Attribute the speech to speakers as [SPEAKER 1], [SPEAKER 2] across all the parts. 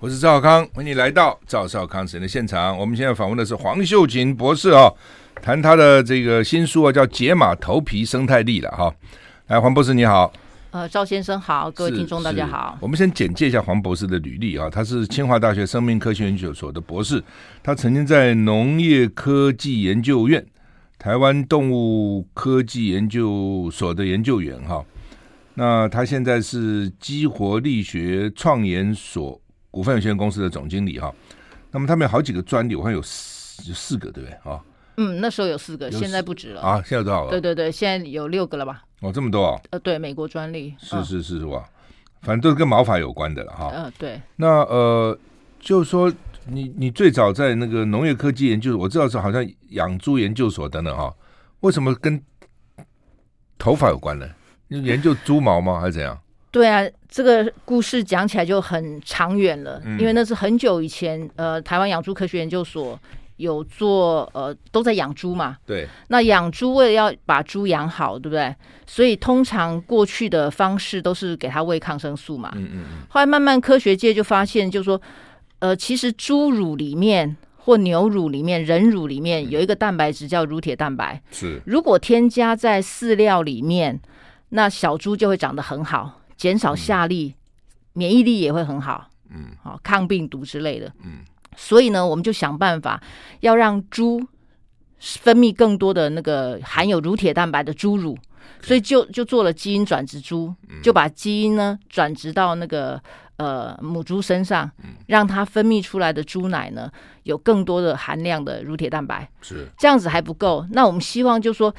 [SPEAKER 1] 我是赵康，欢迎你来到赵少康神的现场。我们现在访问的是黄秀琴博士哦，谈他的这个新书啊，叫《解码头皮生态力》了哈。来，黄博士你好，
[SPEAKER 2] 呃，赵先生好，各位
[SPEAKER 1] 是
[SPEAKER 2] 听众大家好
[SPEAKER 1] 是。我们先简介一下黄博士的履历啊，他是清华大学生命科学研究所的博士，他曾经在农业科技研究院、台湾动物科技研究所的研究员哈。那他现在是激活力学创研所股份有限公司的总经理哈。那么他们有好几个专利，我看有四有四个对不对啊？
[SPEAKER 2] 嗯，那时候有四个，
[SPEAKER 1] 有
[SPEAKER 2] 现在
[SPEAKER 1] 四
[SPEAKER 2] 不止了。
[SPEAKER 1] 啊，现在有多少
[SPEAKER 2] 对
[SPEAKER 1] 了？
[SPEAKER 2] 对对，现在有六个了吧？
[SPEAKER 1] 哦，这么多啊！
[SPEAKER 2] 呃，对，美国专利。
[SPEAKER 1] 是
[SPEAKER 2] 嗯。
[SPEAKER 1] 是是哇，反正都是跟毛发有关的了哈。
[SPEAKER 2] 呃，对，
[SPEAKER 1] 那呃，就说你你最早在那个农业科技研究所，我知道是好像养猪研究所等等哈、为什么跟头发有关呢？你研究猪毛吗？还是怎样？
[SPEAKER 2] 对啊，这个故事讲起来就很长远了，
[SPEAKER 1] 嗯
[SPEAKER 2] 因为那是很久以前，呃，台湾养猪科学研究所有做，呃，都在养猪嘛。
[SPEAKER 1] 对，
[SPEAKER 2] 那养猪为了要把猪养好，对不对？所以通常过去的方式都是给它喂抗生素嘛。
[SPEAKER 1] 嗯嗯嗯，
[SPEAKER 2] 后来慢慢科学界就发现，就说，呃，其实猪乳里面或牛乳里面、人乳里
[SPEAKER 1] 嗯
[SPEAKER 2] 面有一个蛋白质叫乳铁蛋白，
[SPEAKER 1] 是
[SPEAKER 2] 如果添加在饲料里面，那小猪就会长得很好，减少下痢，免疫力也会很好，
[SPEAKER 1] 嗯，
[SPEAKER 2] 好、抗病毒之类的，
[SPEAKER 1] 嗯。
[SPEAKER 2] 所以呢，我们就想办法要让猪分泌更多的那个含有乳铁蛋白的猪乳，所以就就做了基因转植猪，
[SPEAKER 1] 嗯
[SPEAKER 2] 就把基因呢转植到那个呃母猪身上，
[SPEAKER 1] 嗯
[SPEAKER 2] 让它分泌出来的猪奶呢有更多的含量的乳铁蛋白。
[SPEAKER 1] 是，
[SPEAKER 2] 这样子还不够。那我们希望就说，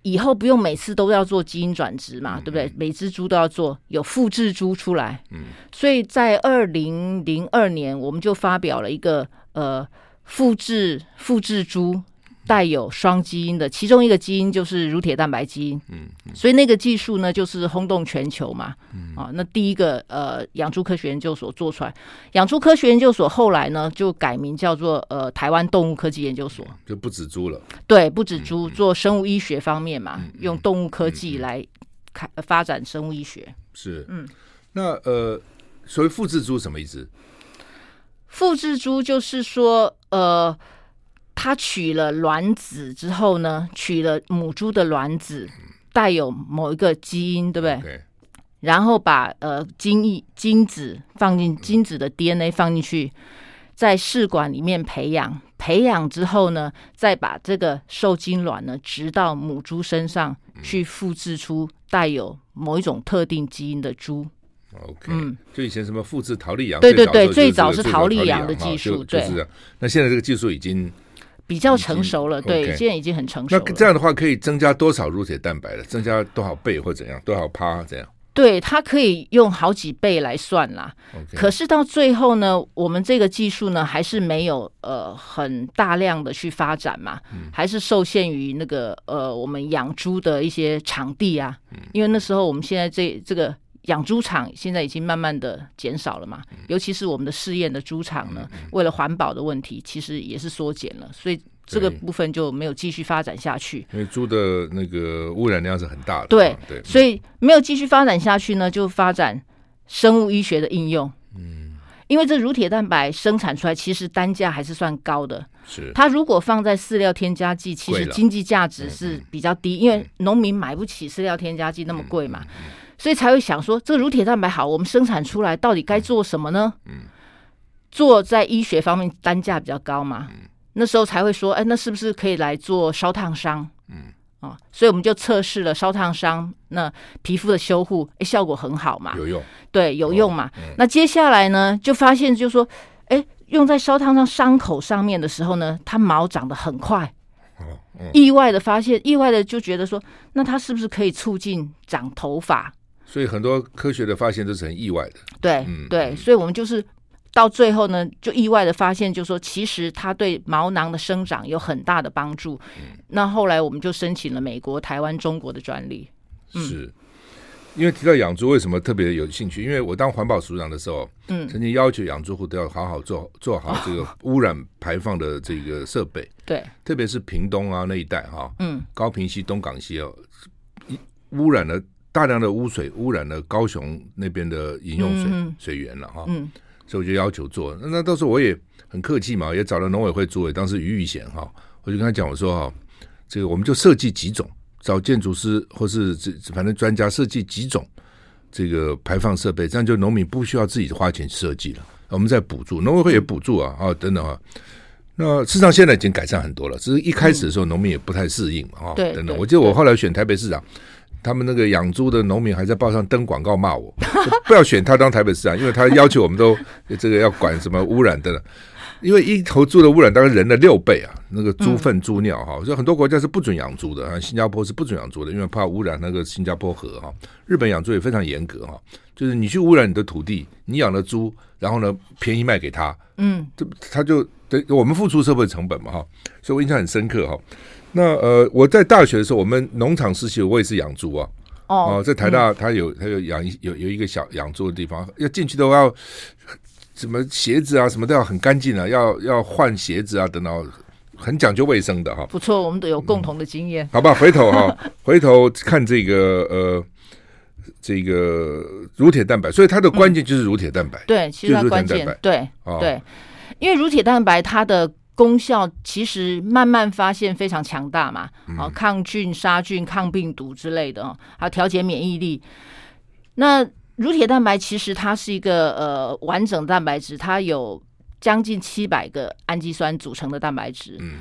[SPEAKER 2] 以后不用每次都要做基因转植嘛，对不对？每只猪都要做，有复制猪出来。
[SPEAKER 1] 嗯，
[SPEAKER 2] 所以在二零零二年，我们就发表了一个呃复制复制猪。带有双基因的，其中一个基因就是乳铁蛋白基因，
[SPEAKER 1] 嗯嗯
[SPEAKER 2] 所以那个技术呢，就是轰动全球嘛。啊，那第一个呃，养猪科学研究所做出来，养猪科学研究所后来呢就改名叫做呃台湾动物科技研究所。
[SPEAKER 1] 就不止猪了。
[SPEAKER 2] 对，不止猪，做生物医学方面嘛，用动物科技来开、呃发展生物医学。
[SPEAKER 1] 是，嗯，那呃，所谓复制猪什么意思？
[SPEAKER 2] 复制猪就是说，呃，它取了卵子之后呢，取了母猪的卵子，带有某一个基因，对不对？
[SPEAKER 1] 对，
[SPEAKER 2] 然后把呃精液精子放进精子的 DNA 放进去，在试管里面培养，培养之后呢，再把这个受精卵呢植到母猪身上去复制出带有某一种特定基因的猪。
[SPEAKER 1] OK，
[SPEAKER 2] 嗯，
[SPEAKER 1] 就以前什么复制陶丽羊，
[SPEAKER 2] 对对对
[SPEAKER 1] 最
[SPEAKER 2] 最早是
[SPEAKER 1] 陶
[SPEAKER 2] 陶
[SPEAKER 1] 丽
[SPEAKER 2] 丽
[SPEAKER 1] 羊
[SPEAKER 2] 羊
[SPEAKER 1] 的
[SPEAKER 2] 的技术
[SPEAKER 1] 就是这样。那现在这个技术已经，
[SPEAKER 2] 比较成熟了，
[SPEAKER 1] 已经
[SPEAKER 2] 对，
[SPEAKER 1] OK
[SPEAKER 2] 现在已经很成熟
[SPEAKER 1] 那
[SPEAKER 2] 了。
[SPEAKER 1] 这样的话可以增加多少乳铁蛋白了？增加多少倍或怎样？多少趴怎样
[SPEAKER 2] 对，它可以用好几倍来算啦。
[SPEAKER 1] ？OK，
[SPEAKER 2] 可是到最后呢，我们这个技术呢，还是没有呃很大量的去发展嘛，
[SPEAKER 1] 嗯
[SPEAKER 2] 还是受限于那个呃我们养猪的一些场地啊，
[SPEAKER 1] 嗯
[SPEAKER 2] 因为那时候我们现在这这个。养猪场现在已经慢慢的减少了嘛，
[SPEAKER 1] 嗯
[SPEAKER 2] 尤其是我们的试验的猪场呢，为了环保的问题，其实也是缩减了，所以这个
[SPEAKER 1] 对
[SPEAKER 2] 部分就没有继续发展下去。
[SPEAKER 1] 因为猪的那个污染量是很大的，
[SPEAKER 2] 对
[SPEAKER 1] 啊对，
[SPEAKER 2] 所以没有继续发展下去呢，就发展生物医学的应用。嗯，因为这乳铁蛋白生产出来，其实单价还是算高的。
[SPEAKER 1] 是
[SPEAKER 2] 它如果放在饲料添加剂，其
[SPEAKER 1] 贵
[SPEAKER 2] 实
[SPEAKER 1] 了嗯
[SPEAKER 2] 经济价值是比较低，因为农民买不起饲料添加剂那么贵嘛，
[SPEAKER 1] 嗯
[SPEAKER 2] 所以才会想说，这个乳铁蛋白好，我们生产出来到底该做什么呢？嗯，做在医学方面单价比较高嘛，
[SPEAKER 1] 嗯
[SPEAKER 2] 那时候才会说，哎，那是不是可以来做烧烫伤？嗯，哦，所以我们就测试了烧烫伤，那皮肤的修护，哎，效果很好嘛，
[SPEAKER 1] 有用，
[SPEAKER 2] 对，有用
[SPEAKER 1] 哦
[SPEAKER 2] 嘛。
[SPEAKER 1] 嗯
[SPEAKER 2] 那接下来呢，就发现就说，哎，用在烧烫伤伤口上面的时候呢，它毛长得很快。
[SPEAKER 1] 哦嗯
[SPEAKER 2] 意外的发现，意外的就觉得说，那它是不是可以促进长头发？
[SPEAKER 1] 所以很多科学的发现都是很意外的，
[SPEAKER 2] 对、
[SPEAKER 1] 嗯
[SPEAKER 2] 对，所以我们就是到最后呢，就意外的发现，就说其实它对毛囊的生长有很大的帮助。
[SPEAKER 1] 嗯
[SPEAKER 2] 那后来我们就申请了美国、台湾、中国的专利。嗯
[SPEAKER 1] 是。因为提到养猪，为什么特别有兴趣？因为我当环保署长的时候，
[SPEAKER 2] 嗯
[SPEAKER 1] 曾经要求养猪户都要好好做做好这 个污染排放的这个设备，
[SPEAKER 2] 对，
[SPEAKER 1] 特别是屏东啊那一带哈、
[SPEAKER 2] 嗯，
[SPEAKER 1] 高屏溪、东港溪哦，一污染了大量的污水，污染了高雄那边的饮用水、
[SPEAKER 2] 嗯
[SPEAKER 1] 水源了哈、
[SPEAKER 2] 嗯
[SPEAKER 1] 所以我就要求做。那那到时候我也很客气嘛，也找了农委会主委，当时于玉贤哈，我就跟他讲，我说哈、这个我们就设计几种，找建筑师或是这反正专家设计几种这个排放设备，这样就农民不需要自己花钱设计了，我们再补助，农委会也补助啊啊等等啊。那事实上现在已经改善很多了，只是一开始的时候农民也不太适应啊、
[SPEAKER 2] 对
[SPEAKER 1] 等
[SPEAKER 2] 对
[SPEAKER 1] 等。我记得我后来选台北市长。他们那个养猪的农民还在报上登广告骂我，说不要选他当台北市长，因为他要求我们都这个要管什么污染的了。因为一头猪的污染大概人的六倍啊，那个猪粪、猪尿哈，所以很多国家是不准养猪的啊。新加坡是不准养猪的，因为怕污染那个新加坡河哈。日本养猪也非常严格哈，啊就是你去污染你的土地，你养了猪，然后呢便宜卖给他，
[SPEAKER 2] 嗯，
[SPEAKER 1] 这他就对我们付出社会成本嘛哈，所以我印象很深刻哈。那呃，我在大学的时候，我们农场实习，我也是养猪啊。
[SPEAKER 2] 哦，
[SPEAKER 1] 哦，在台大他有他有养一有有一个小养猪的地方，要进去都要什么鞋子啊什么都要很干净啊，要要换鞋子啊等等，很讲究卫生的哈。
[SPEAKER 2] 不错，我们都有共同的经验。
[SPEAKER 1] 好吧，回头哈，回头看这个呃这个乳铁蛋白，所以它的关键就是乳铁蛋白。
[SPEAKER 2] 对，其实它
[SPEAKER 1] 就是
[SPEAKER 2] 关
[SPEAKER 1] 乳铁蛋
[SPEAKER 2] 键对
[SPEAKER 1] 哦
[SPEAKER 2] 对，因为乳铁蛋白它的功效其实慢慢发现非常强大嘛，哦，抗菌、杀菌、抗病毒之类的哦，还有调节免疫力。那乳铁蛋白其实它是一个呃完整蛋白质，它有将近七百个氨基酸组成的蛋白质。
[SPEAKER 1] 嗯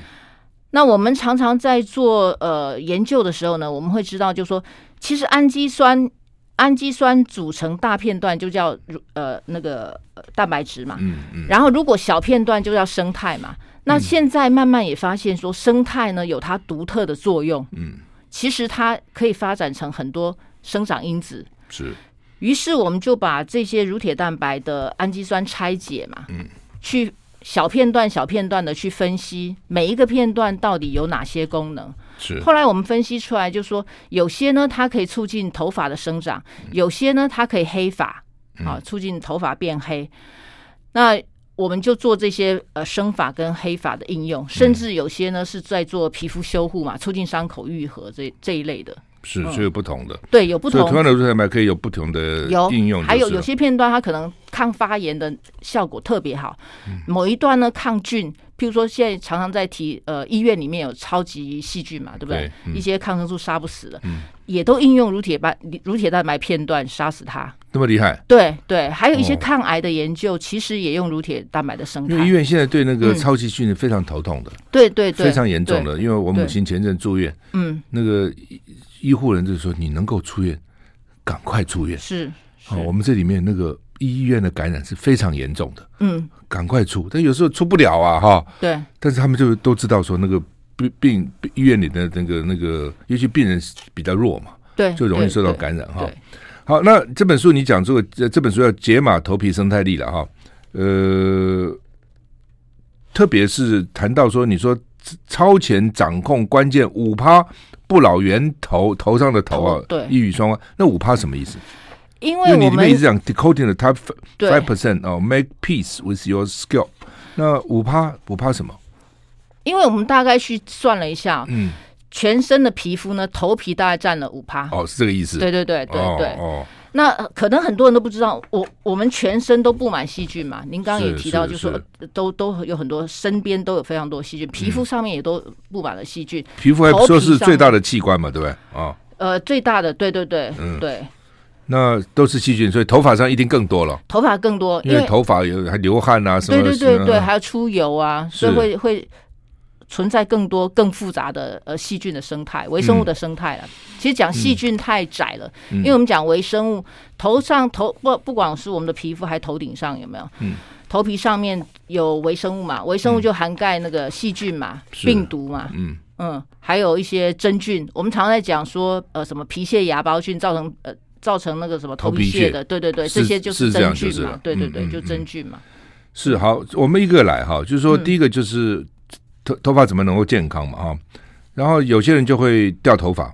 [SPEAKER 2] 那我们常常在做呃研究的时候呢，我们会知道，就说其实氨基酸氨基酸组成大片段就叫乳呃那个呃蛋白质嘛，
[SPEAKER 1] 嗯嗯，
[SPEAKER 2] 然后如果小片段就叫生态嘛。那现在慢慢也发现说，生态呢有它独特的作用，
[SPEAKER 1] 嗯，
[SPEAKER 2] 其实它可以发展成很多生长因子。
[SPEAKER 1] 是
[SPEAKER 2] 于是我们就把这些乳铁蛋白的氨基酸拆解嘛，嗯，去小片段小片段的去分析每一个片段到底有哪些功能。
[SPEAKER 1] 是
[SPEAKER 2] 后来我们分析出来，就说有些呢，它可以促进头发的生长；
[SPEAKER 1] 嗯
[SPEAKER 2] 有些呢，它可以黑发，啊，促进头发变黑。那我们就做这些呃生发跟黑发的应用，甚至有些呢是在做皮肤修护嘛，促进伤口愈合这这一类的。
[SPEAKER 1] 是，所以有不同的。
[SPEAKER 2] 对，嗯有不
[SPEAKER 1] 所以
[SPEAKER 2] 同
[SPEAKER 1] 同样的乳铁蛋白可以有不同的
[SPEAKER 2] 有
[SPEAKER 1] 应用，
[SPEAKER 2] 还有
[SPEAKER 1] 就是
[SPEAKER 2] 有
[SPEAKER 1] 了
[SPEAKER 2] 些片段它可能抗发炎的效果特别好，
[SPEAKER 1] 嗯
[SPEAKER 2] 某一段呢抗菌，譬如说现在常常在提，呃，医院里面有超级细菌嘛，对不对？
[SPEAKER 1] 对嗯
[SPEAKER 2] 一些抗生素杀不死的，也都应用乳铁蛋乳铁蛋白片段杀死它。
[SPEAKER 1] 那么厉害。
[SPEAKER 2] 对对，还有一些
[SPEAKER 1] 哦
[SPEAKER 2] 抗癌的研究，其实也用乳铁蛋白的生
[SPEAKER 1] 因为医
[SPEAKER 2] 态。
[SPEAKER 1] 院现在对那个
[SPEAKER 2] 嗯
[SPEAKER 1] 超级菌非常头痛的，
[SPEAKER 2] 对对对，
[SPEAKER 1] 非常严重的。因为我母
[SPEAKER 2] 对
[SPEAKER 1] 亲前阵住院，
[SPEAKER 2] 嗯，
[SPEAKER 1] 那个医医护人就说：“你能够出院，赶快出院。
[SPEAKER 2] 是是
[SPEAKER 1] 哦”我们这里面那个医院的感染是非常严重的，
[SPEAKER 2] 嗯，
[SPEAKER 1] 赶快出。但有时候出不了啊，哈。
[SPEAKER 2] 对
[SPEAKER 1] 但是他们就都知道说，那个病病医院里的那个那个，尤其病人比较弱嘛，
[SPEAKER 2] 对，
[SPEAKER 1] 就容易
[SPEAKER 2] 对
[SPEAKER 1] 受到
[SPEAKER 2] 对
[SPEAKER 1] 感染哈
[SPEAKER 2] 对。
[SPEAKER 1] 好，那这本书你讲这个，这这本书要解码头皮生态力了哈。呃，特别是谈到说，你说超前掌控关键五趴不老源头头上的头啊
[SPEAKER 2] 头，对
[SPEAKER 1] 一语双关。那五趴什么意思？
[SPEAKER 2] 因
[SPEAKER 1] 因为
[SPEAKER 2] 为
[SPEAKER 1] 你
[SPEAKER 2] 我
[SPEAKER 1] 里面一
[SPEAKER 2] 们
[SPEAKER 1] 直讲 decoding 的 top
[SPEAKER 2] 对
[SPEAKER 1] five percent 哦，make peace with your skill。那五趴五趴什么？
[SPEAKER 2] 因为我们大概去算了一下，
[SPEAKER 1] 嗯，
[SPEAKER 2] 全身的皮肤呢，头皮大概占了五趴。
[SPEAKER 1] 哦，是这个意思。
[SPEAKER 2] 对对对对对，
[SPEAKER 1] 哦哦，
[SPEAKER 2] 那呃可能很多人都不知道，我我们全身都布满细菌嘛。您刚刚也
[SPEAKER 1] 是
[SPEAKER 2] 提到，
[SPEAKER 1] 是
[SPEAKER 2] 就说
[SPEAKER 1] 是嗯
[SPEAKER 2] 呃都都有很多，身边都有非常多细菌，皮肤上面也都布满了细菌。
[SPEAKER 1] 皮肤还
[SPEAKER 2] 头皮
[SPEAKER 1] 说是
[SPEAKER 2] 上
[SPEAKER 1] 最大的器官嘛，对不对？啊、
[SPEAKER 2] 呃，最大的，对对对、
[SPEAKER 1] 嗯
[SPEAKER 2] 对，
[SPEAKER 1] 那都是细菌，所以头发上一定更多了。
[SPEAKER 2] 头发更多，
[SPEAKER 1] 因为头发有还流汗啊什么
[SPEAKER 2] 对
[SPEAKER 1] 的。
[SPEAKER 2] 对对对，
[SPEAKER 1] 嗯
[SPEAKER 2] 还有出油啊，所以
[SPEAKER 1] 是
[SPEAKER 2] 会会存在更多更复杂的
[SPEAKER 1] 嗯
[SPEAKER 2] 呃细菌的生态、微生物的生态了。其实讲细菌太窄了，
[SPEAKER 1] 嗯
[SPEAKER 2] 因为我们讲微生物，头上头不不管是我们的皮肤，还头顶上有没有？
[SPEAKER 1] 嗯
[SPEAKER 2] 头皮上面有微生物嘛，微生物就涵盖那个细菌嘛、
[SPEAKER 1] 是
[SPEAKER 2] 病毒嘛，
[SPEAKER 1] 嗯，
[SPEAKER 2] 嗯，还有一些真菌。我们常在讲说，呃，什么皮屑芽孢菌造成呃造成那个什么头
[SPEAKER 1] 头皮
[SPEAKER 2] 皮屑
[SPEAKER 1] 屑
[SPEAKER 2] 的，对对对，
[SPEAKER 1] 是
[SPEAKER 2] 这些就是
[SPEAKER 1] 这
[SPEAKER 2] 真
[SPEAKER 1] 样就
[SPEAKER 2] 菌
[SPEAKER 1] 是
[SPEAKER 2] 嘛
[SPEAKER 1] 了，
[SPEAKER 2] 对对
[SPEAKER 1] 嗯
[SPEAKER 2] 对，
[SPEAKER 1] 嗯
[SPEAKER 2] 就
[SPEAKER 1] 嗯
[SPEAKER 2] 真菌嘛，
[SPEAKER 1] 是好，我们一个来哈，就是说
[SPEAKER 2] 嗯
[SPEAKER 1] 第一个就是头头发怎么能够健康嘛哈，然后有些人就会掉头发，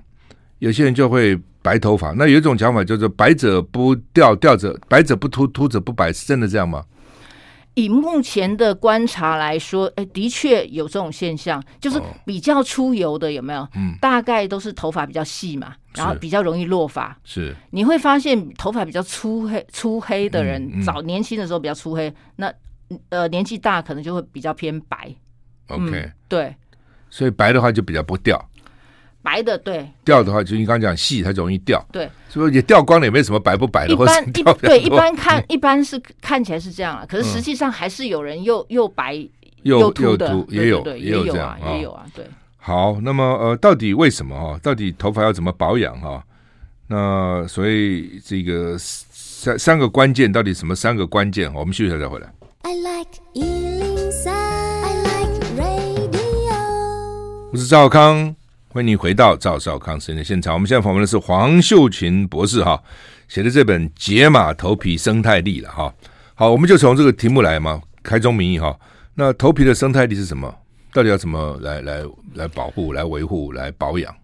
[SPEAKER 1] 有些人就会白头发。那有一种讲法叫做“白者不掉，掉者白者不秃，秃者不白”，是真的这样吗？
[SPEAKER 2] 以目前的观察来说，哎，的确有这种现象，就是
[SPEAKER 1] 哦
[SPEAKER 2] 比较出油的有没有？
[SPEAKER 1] 嗯
[SPEAKER 2] 大概都是头发比较细嘛，然后
[SPEAKER 1] 是
[SPEAKER 2] 比较容易落发。
[SPEAKER 1] 是
[SPEAKER 2] 你会发现头发比较粗黑、粗黑的人，
[SPEAKER 1] 嗯嗯
[SPEAKER 2] 早年轻的时候比较粗黑，那呃年纪大可能就会比较偏白。
[SPEAKER 1] OK，、
[SPEAKER 2] 嗯、对，
[SPEAKER 1] 所以白的话就比较不掉，
[SPEAKER 2] 白的对
[SPEAKER 1] 掉的话就你刚刚讲细，它容易掉，
[SPEAKER 2] 对，
[SPEAKER 1] 是不是也掉光了也没什么白不白的，
[SPEAKER 2] 一
[SPEAKER 1] 或者
[SPEAKER 2] 般
[SPEAKER 1] 是
[SPEAKER 2] 一
[SPEAKER 1] 掉比较
[SPEAKER 2] 对一
[SPEAKER 1] 多
[SPEAKER 2] 般看一般是看起来是这样啊，可是
[SPEAKER 1] 嗯
[SPEAKER 2] 实际上还是有人又又白
[SPEAKER 1] 又
[SPEAKER 2] 秃的
[SPEAKER 1] 秃，，
[SPEAKER 2] 对
[SPEAKER 1] 也有
[SPEAKER 2] 对对
[SPEAKER 1] 有
[SPEAKER 2] 也
[SPEAKER 1] 这
[SPEAKER 2] 有
[SPEAKER 1] 样哦
[SPEAKER 2] 啊也有。啊，对。
[SPEAKER 1] 好，那么呃，到底为什么哈？到底头发要怎么保养哈？那所以这个三三个关键到底什么三个关键？我们休息一下再回来。
[SPEAKER 3] I like Ealing Sound. I like radio.
[SPEAKER 1] 我是赵康，欢迎你回到赵少康生的现场。我们现在访问的是黄秀群博士哈，写的这本《解码头皮生态力》了哈。好，我们就从这个题目来嘛，开宗明义哈。那头皮的生态力是什么？到底要怎么来来来保护、来维护、来保养？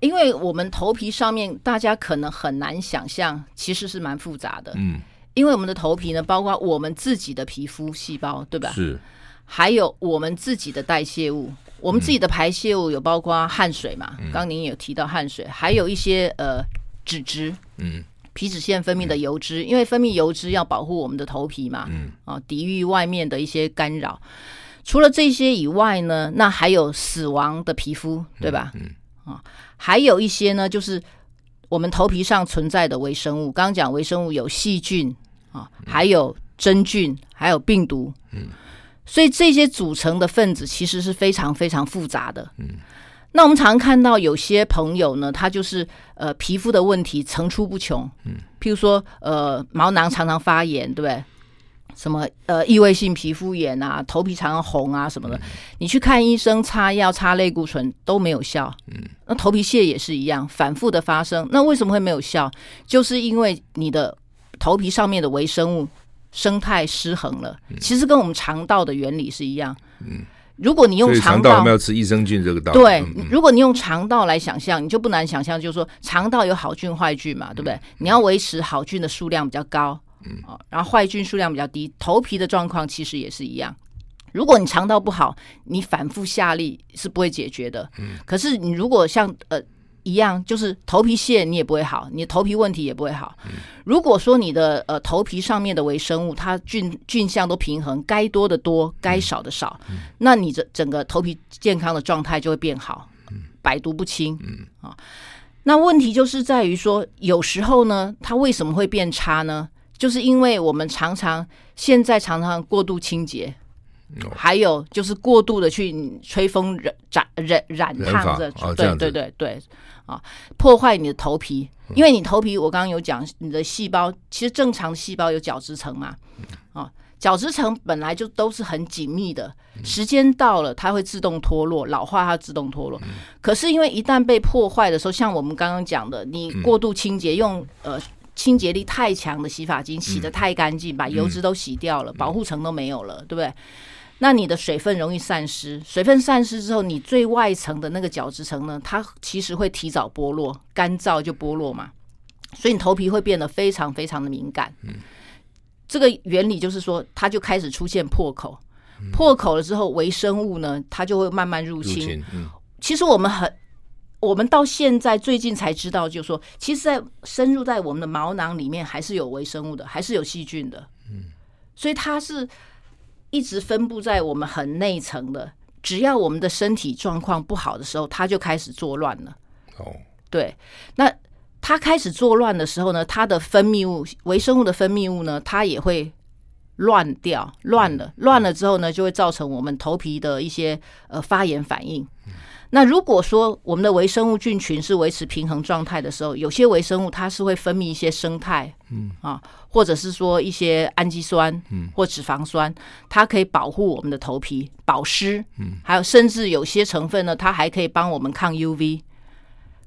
[SPEAKER 2] 因为我们头皮上面，大家可能很难想象，其实是蛮复杂的。
[SPEAKER 1] 嗯，
[SPEAKER 2] 因为我们的头皮呢，包括我们自己的皮肤细胞，对吧？
[SPEAKER 1] 是
[SPEAKER 2] 还有我们自己的代谢物，我们自己的排泄物有包括汗水嘛，刚刚您有提到汗水，还有一些呃脂质，
[SPEAKER 1] 嗯，
[SPEAKER 2] 皮脂腺分泌的油脂，因为分泌油脂要保护我们的头皮嘛，嗯，哦，抵御外面的一些干扰。除了这些以外呢，那还有死亡的皮肤，对吧？嗯，啊、还有一些呢，就是我们头皮上存在的微生物。刚刚讲微生物有细菌啊、还有真菌，还有病毒，所以这些组成的分子其实是非常非常复杂的。嗯，那我们常看到有些朋友呢，他就是呃皮肤的问题层出不穷。嗯，譬如说呃毛囊常常发炎，对不对？什么呃异位性皮肤炎啊，头皮常常红啊什么
[SPEAKER 1] 嗯
[SPEAKER 2] 的，你去看医生擦药擦类固醇都没有效。嗯，那头皮屑也是一样，反复的发生。那为什么会没有效？就是因为你的头皮上面的微生物生态失衡了，
[SPEAKER 1] 嗯
[SPEAKER 2] 其实跟我们肠道的原理是一样。嗯，如果你用
[SPEAKER 1] 所以
[SPEAKER 2] 肠
[SPEAKER 1] 肠道我们要吃益生菌这个道理。
[SPEAKER 2] 对
[SPEAKER 1] 嗯，
[SPEAKER 2] 如果你用肠道来想象，你就不难想象，就是说肠道有好菌坏菌嘛，对
[SPEAKER 1] 嗯
[SPEAKER 2] 不对？你要维持好菌的数量比较高，嗯，然后坏菌数量比较低，头皮的状况其实也是一样。如果你肠道不好，你反复下力是不会解决的。嗯，可是你如果像呃一样，就是头皮屑你也不会好，你的头皮问题也不会好。
[SPEAKER 1] 嗯
[SPEAKER 2] 如果说你的呃头皮上面的微生物，它菌菌相都平衡，该多的多，该少的少，那你这整个头皮健康的状态就会变好，百毒不侵。嗯啊，那问题就是在于说，有时候呢，它为什么会变差呢？就是因为我们常常现在常常过度清洁。
[SPEAKER 1] 嗯哦
[SPEAKER 2] 还有就是过度的去吹风染染染染
[SPEAKER 1] 染
[SPEAKER 2] 烫
[SPEAKER 1] 发
[SPEAKER 2] 着，
[SPEAKER 1] 哦这
[SPEAKER 2] 对
[SPEAKER 1] 样
[SPEAKER 2] 对
[SPEAKER 1] 子嗯
[SPEAKER 2] 对对，啊，破坏你的头皮，因为你头皮我刚刚有讲，你的细胞其实正常的细胞有角质层嘛，
[SPEAKER 1] 嗯
[SPEAKER 2] 啊，角质层本来就都是很紧密的，
[SPEAKER 1] 嗯
[SPEAKER 2] 时间到了它会自动脱落，老化它自动脱
[SPEAKER 1] 嗯
[SPEAKER 2] 落。可是因为一旦被破坏的时候，像我们刚刚讲的，你
[SPEAKER 1] 嗯
[SPEAKER 2] 过度清洁用呃。清洁力太强的洗发精洗得太干净，把油脂都洗掉了，保护层都没有了，对不对？那你的水分容易散失，水分散失之后，你最外层的那个角质层呢，它其实会提早剥落，干燥就剥落嘛，所以你头皮会变得非常非常的敏感。这个原理就是说，它就开始出现破口，破口了之后，微生物呢，它就会慢慢入
[SPEAKER 1] 入
[SPEAKER 2] 侵。
[SPEAKER 1] 侵，嗯，
[SPEAKER 2] 其实我们很，我们到现在最近才知道，就是说，其实，在深入在我们的毛囊里面，还是有微生物的，还是有细菌的。嗯，所以它是一直分布在我们很内层的。只要我们的身体状况不好的时候，它就开始作乱了。
[SPEAKER 1] 哦，
[SPEAKER 2] 对，那它开始作乱的时候呢，它的分泌物、微生物的分泌物呢，它也会乱掉，乱
[SPEAKER 1] 嗯
[SPEAKER 2] 了，乱了之后呢，就会造成我们头皮的一些呃发炎反应。那如果说我们的微生物菌群是维持平衡状态的时候，有些微生物它是会分泌一些生态，嗯啊，或者是说一些氨基酸，嗯，或脂肪酸，它可以保护我们的头皮保湿，嗯，还有甚至有些成分呢，它还可以帮我们抗 UV，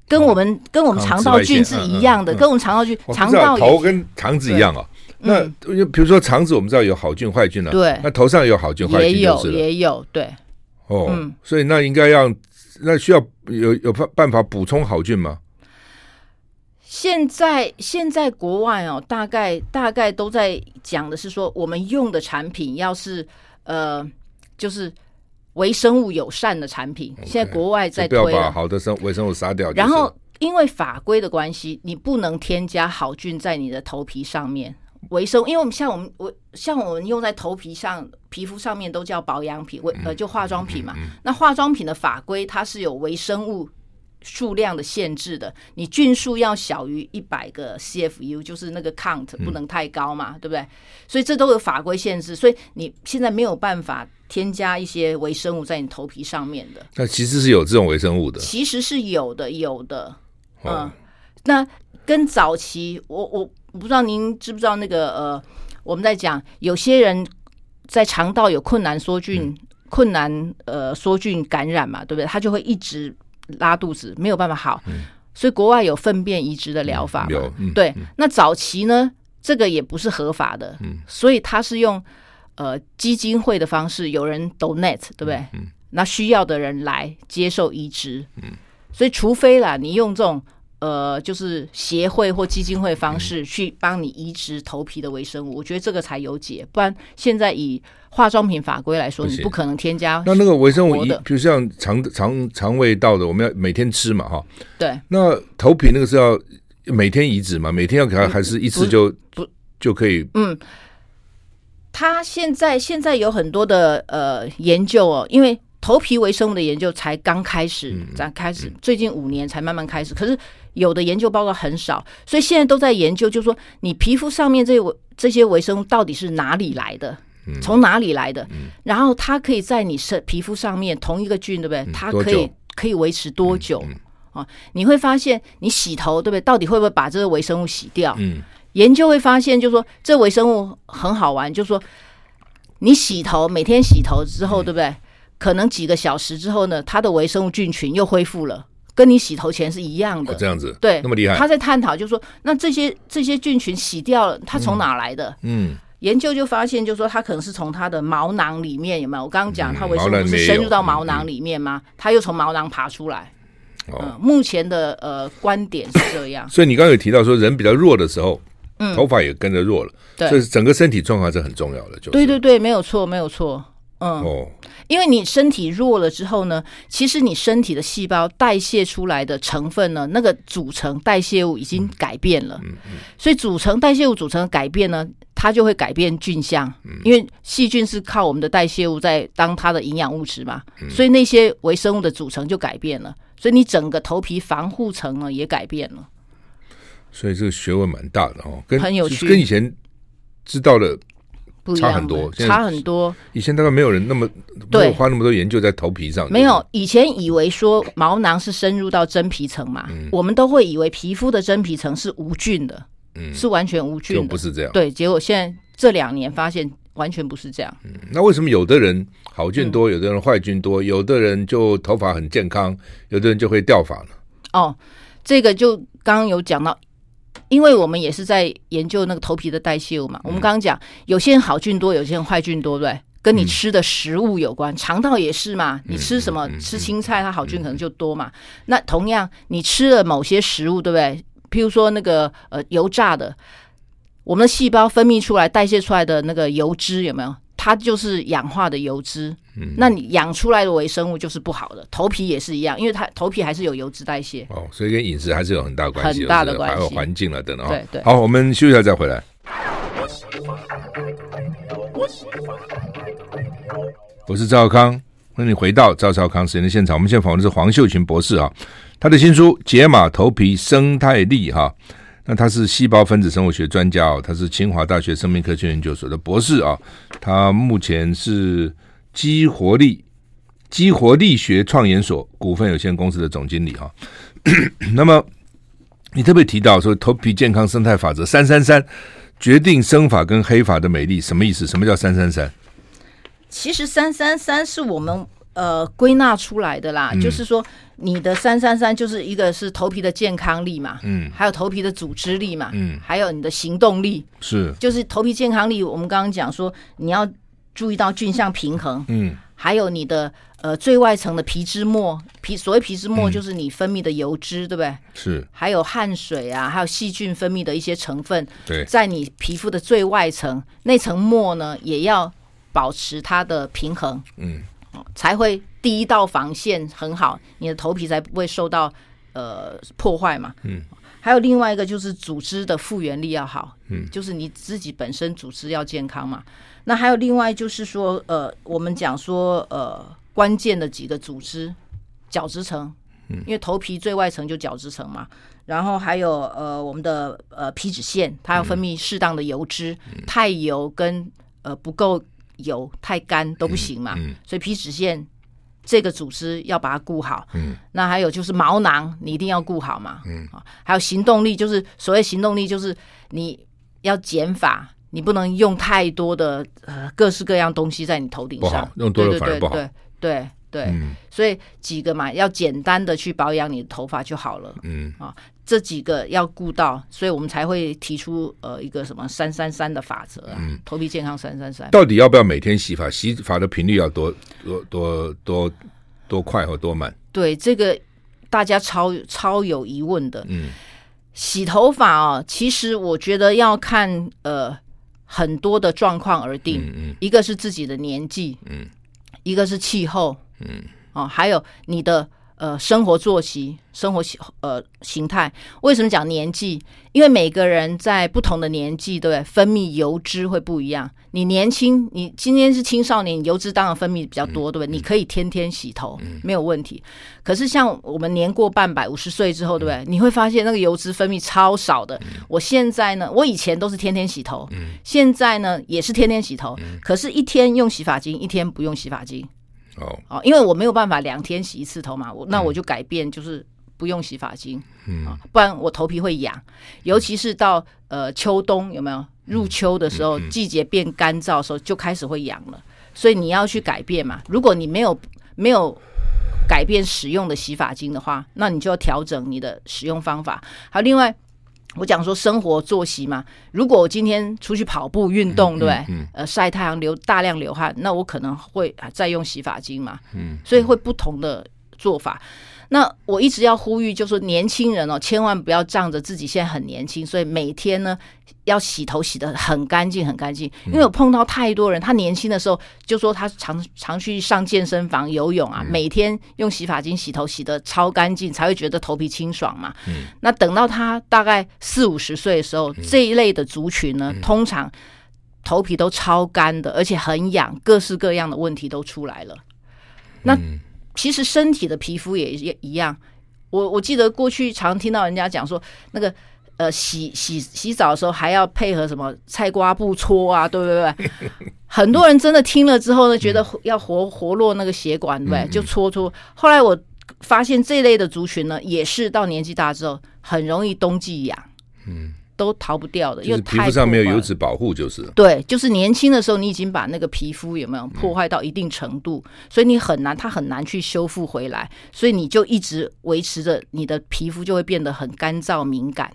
[SPEAKER 2] 跟我们跟我们
[SPEAKER 1] 哦抗
[SPEAKER 2] 肠
[SPEAKER 1] 紫
[SPEAKER 2] 道
[SPEAKER 1] 外
[SPEAKER 2] 菌是
[SPEAKER 1] 线嗯
[SPEAKER 2] 一
[SPEAKER 1] 嗯
[SPEAKER 2] 样的，
[SPEAKER 1] 嗯
[SPEAKER 2] 跟我们肠道菌
[SPEAKER 1] 我不
[SPEAKER 2] 肠
[SPEAKER 1] 知道
[SPEAKER 2] 道
[SPEAKER 1] 头
[SPEAKER 2] 也嗯
[SPEAKER 1] 跟肠子一样哦。那因为比如说肠子，我们知道有好菌坏菌了，啊
[SPEAKER 2] 对
[SPEAKER 1] 那头上有好菌坏
[SPEAKER 2] 也
[SPEAKER 1] 菌就
[SPEAKER 2] 有
[SPEAKER 1] 是了。
[SPEAKER 2] 也嗯有对。
[SPEAKER 1] 哦，所以那应该要那需要有有办办法补充好菌吗？
[SPEAKER 2] 现在现在国外哦，大概大概都在讲的是说，我们用的产品要是呃，就是微生物友善的产品。现在国外在
[SPEAKER 1] 就不
[SPEAKER 2] 推
[SPEAKER 1] 要把
[SPEAKER 2] 了，
[SPEAKER 1] 好的生微生物杀掉。就是
[SPEAKER 2] 然后因为法规的关系，你不能添加好菌在你的头皮上面。微生物，因为我们像我们我像我们用在头皮上、皮肤上面都叫保养品，微呃就化妆品嘛。那化妆品的法规它是有微生物数量的限制的，你菌数要小于一百个 CFU，就是那个 count 不能太高嘛，对不对？所以这都有法规限制，所以你现在没有办法添加一些微生物在你头皮上面的。
[SPEAKER 1] 那其实是有这种微生物的，
[SPEAKER 2] 其实是有的，有的，嗯，
[SPEAKER 1] 哦
[SPEAKER 2] 那跟早期，我我我不知道您知不知道那个呃，我们在讲有些人在肠道有困难梭
[SPEAKER 1] 嗯
[SPEAKER 2] 菌、困难呃梭菌感染嘛，对不对？他就会一直拉肚子，没有办法好，所以国外有粪便移植的疗法嘛，
[SPEAKER 1] 有嗯嗯
[SPEAKER 2] 对，那早期呢，这个也不是合法的，所以他是用呃基金会的方式，有人 donate，对不对？
[SPEAKER 1] 嗯
[SPEAKER 2] 那需要的人来接受移植，所以除非啦，你用这种呃就是协会或基金会方
[SPEAKER 1] 嗯
[SPEAKER 2] 式去帮你移植头皮的微生物，我觉得这个才有解，不然现在以化妆品法规来说，
[SPEAKER 1] 不
[SPEAKER 2] 你
[SPEAKER 1] 行
[SPEAKER 2] 不可能添加，
[SPEAKER 1] 那那个微生物
[SPEAKER 2] 活
[SPEAKER 1] 一
[SPEAKER 2] 的，
[SPEAKER 1] 比如像肠肠肠胃道的，我们要每天吃嘛哈。
[SPEAKER 2] 对，
[SPEAKER 1] 那头皮那个是要每天移植嘛？每天要给它，还是一次就
[SPEAKER 2] 嗯不不
[SPEAKER 1] 就可以？
[SPEAKER 2] 他现在现在有很多的呃研究哦，因为头皮微生物的研究才刚开始，
[SPEAKER 1] 嗯
[SPEAKER 2] 才开始最近五年才慢慢开始。可是有的研究报告很少，所以现在都在研究，就是说你皮肤上面这微这些微生物到底是哪里来的，
[SPEAKER 1] 嗯
[SPEAKER 2] 从哪里来的，然后它可以在你身皮肤上面同一个菌，对不对？它
[SPEAKER 1] 嗯多
[SPEAKER 2] 可
[SPEAKER 1] 久嗯
[SPEAKER 2] 以可以维持多久？啊，你会发现你洗头，对不对？到底会不会把这个微生物洗掉？
[SPEAKER 1] 嗯，
[SPEAKER 2] 研究会发现，就是说这微生物很好玩，就是说你洗头，每天洗头之
[SPEAKER 1] 嗯
[SPEAKER 2] 后，对不对？可能几个小时之后呢，它的微生物菌群又恢复了，跟你洗头前是一样的。
[SPEAKER 1] 哦这样子，
[SPEAKER 2] 对，
[SPEAKER 1] 那么厉害
[SPEAKER 2] 他，在探讨，就是说，那这些这些菌群洗掉了，它从哪来的？
[SPEAKER 1] 嗯，
[SPEAKER 2] 研究就发现，就是说它可能是从它的毛囊里面有没有？我刚刚讲，它微生
[SPEAKER 1] 毛
[SPEAKER 2] 物
[SPEAKER 1] 囊
[SPEAKER 2] 不是
[SPEAKER 1] 也嗯
[SPEAKER 2] 深
[SPEAKER 1] 有
[SPEAKER 2] 入到
[SPEAKER 1] 嗯
[SPEAKER 2] 毛囊里面吗？它又从毛囊爬出来。
[SPEAKER 1] 哦，
[SPEAKER 2] 嗯，目前的呃观点是这样。
[SPEAKER 1] 所以你刚刚有提到说，人比较弱的时候，头发也跟着弱了，
[SPEAKER 2] 嗯对
[SPEAKER 1] 所以整个身体状况是很重要的，就是
[SPEAKER 2] 对对对，没有错，没有错。嗯，
[SPEAKER 1] 哦，
[SPEAKER 2] 因为你身体弱了之后呢，其实你身体的细胞代谢出来的成分呢，那个组成代谢物已经改变了，
[SPEAKER 1] 嗯
[SPEAKER 2] 所以组成代谢物组成的改变呢，它就会改变菌相，
[SPEAKER 1] 嗯
[SPEAKER 2] 因为细菌是靠我们的代谢物在当它的营养物质嘛，
[SPEAKER 1] 嗯
[SPEAKER 2] 所以那些微生物的组成就改变了，所以你整个头皮防护层呢也改变了。
[SPEAKER 1] 所以这个学问蛮大的哦，跟
[SPEAKER 2] 很有趣
[SPEAKER 1] 跟以前知道的，
[SPEAKER 2] 不一样了，
[SPEAKER 1] 差很多现在
[SPEAKER 2] 差很多。
[SPEAKER 1] 以前大概没有人那么没
[SPEAKER 2] 对
[SPEAKER 1] 有花那么多研究在头皮上，
[SPEAKER 2] 没有，以前以为说毛囊是深入到真皮层嘛，我们都会以为皮肤的真皮层是无菌的，
[SPEAKER 1] 嗯
[SPEAKER 2] 是完全
[SPEAKER 1] 对
[SPEAKER 2] 无
[SPEAKER 1] 不对，
[SPEAKER 2] 菌
[SPEAKER 1] 就
[SPEAKER 2] 的
[SPEAKER 1] 不。是这样。
[SPEAKER 2] 对，结果现在这两年发现完全不是这样。
[SPEAKER 1] 那为什么有的人好菌
[SPEAKER 2] 嗯
[SPEAKER 1] 多，有的人坏菌多，有的人就头发很健康，有的人就会掉发呢？
[SPEAKER 2] 哦，这个就刚刚有讲到，因为我们也是在研究那个头皮的代谢物嘛。我们刚刚讲，有些人好菌多，有些人坏菌多，对不对？跟你吃的食物有关，肠道也是嘛。你吃什么？吃青菜，它好菌可能就多嘛。那同样，你吃了某些食物，对不对？譬如说那个呃油炸的，我们的细胞分泌出来、代谢出来的那个油脂有没有？它就是氧化的油脂，
[SPEAKER 1] 嗯
[SPEAKER 2] 那你养出来的微生物就是不好的，头皮也是一样，因为它头皮还是有油脂代谢。
[SPEAKER 1] 哦，所以跟饮食还是有很大关系，
[SPEAKER 2] 很大的
[SPEAKER 1] 有时候
[SPEAKER 2] 关系
[SPEAKER 1] 还有环境了等等啊。
[SPEAKER 2] 对对
[SPEAKER 1] 好，我们休息一下再回来。我是赵少康，欢迎你回到赵少康时间的现场。我们现在访问的是黄秀琴博士啊，他的新书《解码头皮生态力》哈、那他是细胞分子生物学专家哦，他是清华大学生命科学研究所的博士啊，他目前是激活力激活力学创研所股份有限公司的总经理啊。 那么你特别提到说头皮健康生态法则三三三决定生发跟黑发的美丽，什么意思？什么叫三三三？
[SPEAKER 2] 其实三三三是我们呃归纳出来的
[SPEAKER 1] 嗯
[SPEAKER 2] 啦，就是说你的三三三就是一个是头皮的健康力嘛，
[SPEAKER 1] 嗯，
[SPEAKER 2] 还有头皮的组织力嘛，
[SPEAKER 1] 嗯，
[SPEAKER 2] 还有你的行动力，
[SPEAKER 1] 是
[SPEAKER 2] 就是头皮健康力。我们刚刚讲说你要注意到菌相平衡，
[SPEAKER 1] 嗯
[SPEAKER 2] 还有你的呃最外层的皮脂末，皮所谓皮脂末
[SPEAKER 1] 嗯
[SPEAKER 2] 就是你分泌的油脂，对不对？
[SPEAKER 1] 是
[SPEAKER 2] 还有汗水啊，还有细菌分泌的一些成分，
[SPEAKER 1] 对，
[SPEAKER 2] 在你皮肤的最外层那层膜呢，也要保持它的平衡，哦
[SPEAKER 1] 嗯，
[SPEAKER 2] 才会第一道防线很好，你的头皮才不会受到呃破坏嘛。
[SPEAKER 1] 嗯，
[SPEAKER 2] 还有另外一个就是组织的复原力要好，
[SPEAKER 1] 嗯，
[SPEAKER 2] 就是你自己本身组织要健康嘛。那还有另外就是说，呃，我们讲说呃关键的几个组织，角质层，
[SPEAKER 1] 嗯
[SPEAKER 2] 因为头皮最外层就角质层嘛，然后还有呃我们的呃皮脂腺，它要
[SPEAKER 1] 嗯
[SPEAKER 2] 分泌适当的油脂，太油跟呃不够油、太干都不行嘛，
[SPEAKER 1] 嗯嗯
[SPEAKER 2] 所以皮脂腺这个组织要把它顾好。
[SPEAKER 1] 嗯，
[SPEAKER 2] 那还有就是毛囊，你一定要顾好嘛。嗯，还有行动力，就是所谓行动力，就是你要减法。你不能用太多的呃各式各样东西在你头顶
[SPEAKER 1] 不
[SPEAKER 2] 上
[SPEAKER 1] 好，用多了
[SPEAKER 2] 对
[SPEAKER 1] 反而
[SPEAKER 2] 对
[SPEAKER 1] 不
[SPEAKER 2] 对
[SPEAKER 1] 好
[SPEAKER 2] 对对对，
[SPEAKER 1] 嗯
[SPEAKER 2] 所以几个嘛，要简单的去保养你的头发就好了。
[SPEAKER 1] 嗯，
[SPEAKER 2] 这几个要顾到，所以我们才会提出呃一个什么三三三的法则啊，头皮健康三三三。
[SPEAKER 1] 到底要不要每天洗发？洗发的频率要多多多多多快或多慢？
[SPEAKER 2] 对，这个大家超超有疑问的。
[SPEAKER 1] 嗯
[SPEAKER 2] 洗头发哦，其实我觉得要看呃很多的状况而定，
[SPEAKER 1] 嗯嗯
[SPEAKER 2] 一个是自己的年纪，
[SPEAKER 1] 嗯，
[SPEAKER 2] 一个是气候，
[SPEAKER 1] 嗯，
[SPEAKER 2] 哦，还有你的呃生活作息、生活形呃形态。为什么讲年纪？因为每个人在不同的年纪，对不对？分泌油脂会不一样。你年轻，你今天是青少年，你油脂当然分泌比较
[SPEAKER 1] 嗯
[SPEAKER 2] 多，对不对？你可以天天洗头，没有问题。可是像我们年过半百、五十岁之后，对不
[SPEAKER 1] 嗯
[SPEAKER 2] 对？你会发现那个油脂分泌超少的。我现在呢，我以前都是天天洗
[SPEAKER 1] 嗯
[SPEAKER 2] 头，现在呢也是天天洗头，可是一天用洗发精，一天不用洗发精。
[SPEAKER 1] 哦
[SPEAKER 2] 哦，因为我没有办法两天洗一次头嘛，我那我就改变就是不用洗发精，
[SPEAKER 1] 嗯
[SPEAKER 2] 啊，不然我头皮会痒，尤其是到呃秋冬有没有入秋的时候，季节变干燥的时候就开始会痒了，所以你要去改变嘛。如果你没有没有改变使用的洗发精的话，那你就要调整你的使用方法。还有另外。我讲说生活作息嘛，如果我今天出去跑步运动，对不对？呃，晒太阳流大量流汗，那我可能会啊再用洗发精嘛，嗯，所以会不同的做法。那我一直要呼吁，就是说年轻人哦，千万不要仗着自己现在很年轻，所以每天呢要洗头洗得很干净很干净。因为我碰到太多人，他年轻的时候就说他常常去上健身房游泳啊，每天用洗发精洗头洗得超干净，才会觉得头皮清爽嘛。那等到他大概四五十岁的时候，这一类的族群呢，通常头皮都超干的，而且很痒，各式各样的问题都出来了。那
[SPEAKER 1] 嗯
[SPEAKER 2] 其实身体的皮肤也也一样。我我记得过去常听到人家讲说，那个呃洗洗洗澡的时候还要配合什么菜瓜布搓啊，对 不对？很多人真的听了之后呢，觉得要活活络那个血管，对不对？
[SPEAKER 1] 嗯
[SPEAKER 2] 就搓搓。后来我发现这类的族群呢，也是到年纪大之后，很容易冬季痒，
[SPEAKER 1] 嗯，
[SPEAKER 2] 都逃不掉的，因
[SPEAKER 1] 就
[SPEAKER 2] 为
[SPEAKER 1] 是皮
[SPEAKER 2] 太
[SPEAKER 1] 肤上没有
[SPEAKER 2] 过
[SPEAKER 1] 油
[SPEAKER 2] 了
[SPEAKER 1] 脂保护，就是了
[SPEAKER 2] 对，就是年轻的时候，你已经把那个皮肤有没有破坏到一定程度，所以你很难，它很难去修复回来，所以你就一直维持着你的皮肤就会变得很干燥敏感。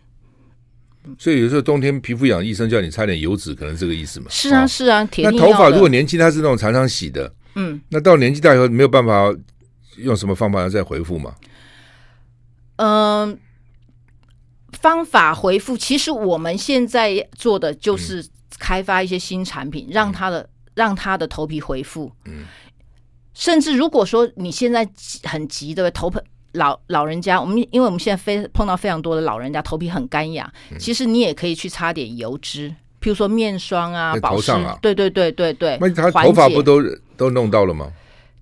[SPEAKER 1] 所以有时候冬天皮肤痒，医生叫你擦点油脂，可能这个意思嘛。
[SPEAKER 2] 是啊，
[SPEAKER 1] 哦
[SPEAKER 2] 是啊，铁
[SPEAKER 1] 那
[SPEAKER 2] 定
[SPEAKER 1] 头
[SPEAKER 2] 要
[SPEAKER 1] 发
[SPEAKER 2] 的
[SPEAKER 1] 如果年轻，它是那种常常洗的，
[SPEAKER 2] 嗯
[SPEAKER 1] 那到年纪大以后没有办法用什么方法再回复嘛？
[SPEAKER 2] 嗯、方法回复，其实我们现在做的就是开发一些新产品，让它的让它的头皮回复。
[SPEAKER 1] 嗯
[SPEAKER 2] 甚至如果说你现在急很急，对不对？头皮老老人家，我们因为我们现在非碰到非常多的老人家头皮很干痒，
[SPEAKER 1] 嗯
[SPEAKER 2] 其实你也可以去擦点油脂，譬如说面霜啊、
[SPEAKER 1] 在
[SPEAKER 2] 保
[SPEAKER 1] 头
[SPEAKER 2] 湿
[SPEAKER 1] 上啊，
[SPEAKER 2] 对对对对对，
[SPEAKER 1] 那他
[SPEAKER 2] 缓
[SPEAKER 1] 头发
[SPEAKER 2] 解
[SPEAKER 1] 不都都弄到了吗？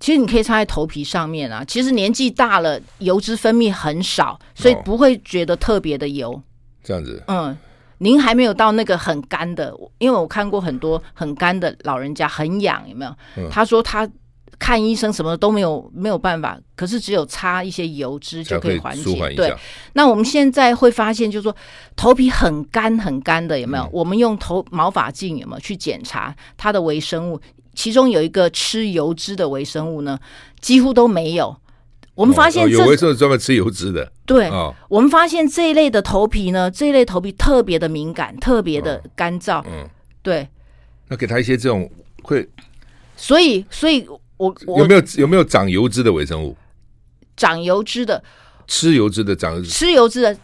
[SPEAKER 2] 其实你可以擦在头皮上面啊。其实年纪大了，油脂分泌很少，所以
[SPEAKER 1] 哦
[SPEAKER 2] 不会觉得特别的油。
[SPEAKER 1] 这样子，
[SPEAKER 2] 嗯，您还没有到那个很干的，我因为我看过很多很干的老人家，很痒，有没有？
[SPEAKER 1] 嗯
[SPEAKER 2] 他说他看医生什么都没有没有办法，可是只有擦一些油脂
[SPEAKER 1] 才
[SPEAKER 2] 就可以缓
[SPEAKER 1] 舒缓
[SPEAKER 2] 解。
[SPEAKER 1] 一
[SPEAKER 2] 对
[SPEAKER 1] 下，。
[SPEAKER 2] 那我们现在会发现，就是说头皮很干很干的，有没有？
[SPEAKER 1] 嗯
[SPEAKER 2] 我们用头毛发镜有没有去检查它的微生物？其中有一个吃油脂的微生物呢，几乎都没有。我
[SPEAKER 1] 我
[SPEAKER 2] 们发现这、
[SPEAKER 1] 哦有维生素专门吃油脂的
[SPEAKER 2] 对、
[SPEAKER 1] 啊，
[SPEAKER 2] 我们发现这一类的头皮呢，这一类头皮特别的敏感，特别
[SPEAKER 1] 啊
[SPEAKER 2] 的干燥，
[SPEAKER 1] 嗯，
[SPEAKER 2] 对，
[SPEAKER 1] 那给他一些这种会
[SPEAKER 2] 所以所以我
[SPEAKER 1] 有
[SPEAKER 2] 我
[SPEAKER 1] 没有有没有长油脂的微生物？
[SPEAKER 2] 长油脂的、
[SPEAKER 1] 吃油脂的长油脂，
[SPEAKER 2] 吃油脂的、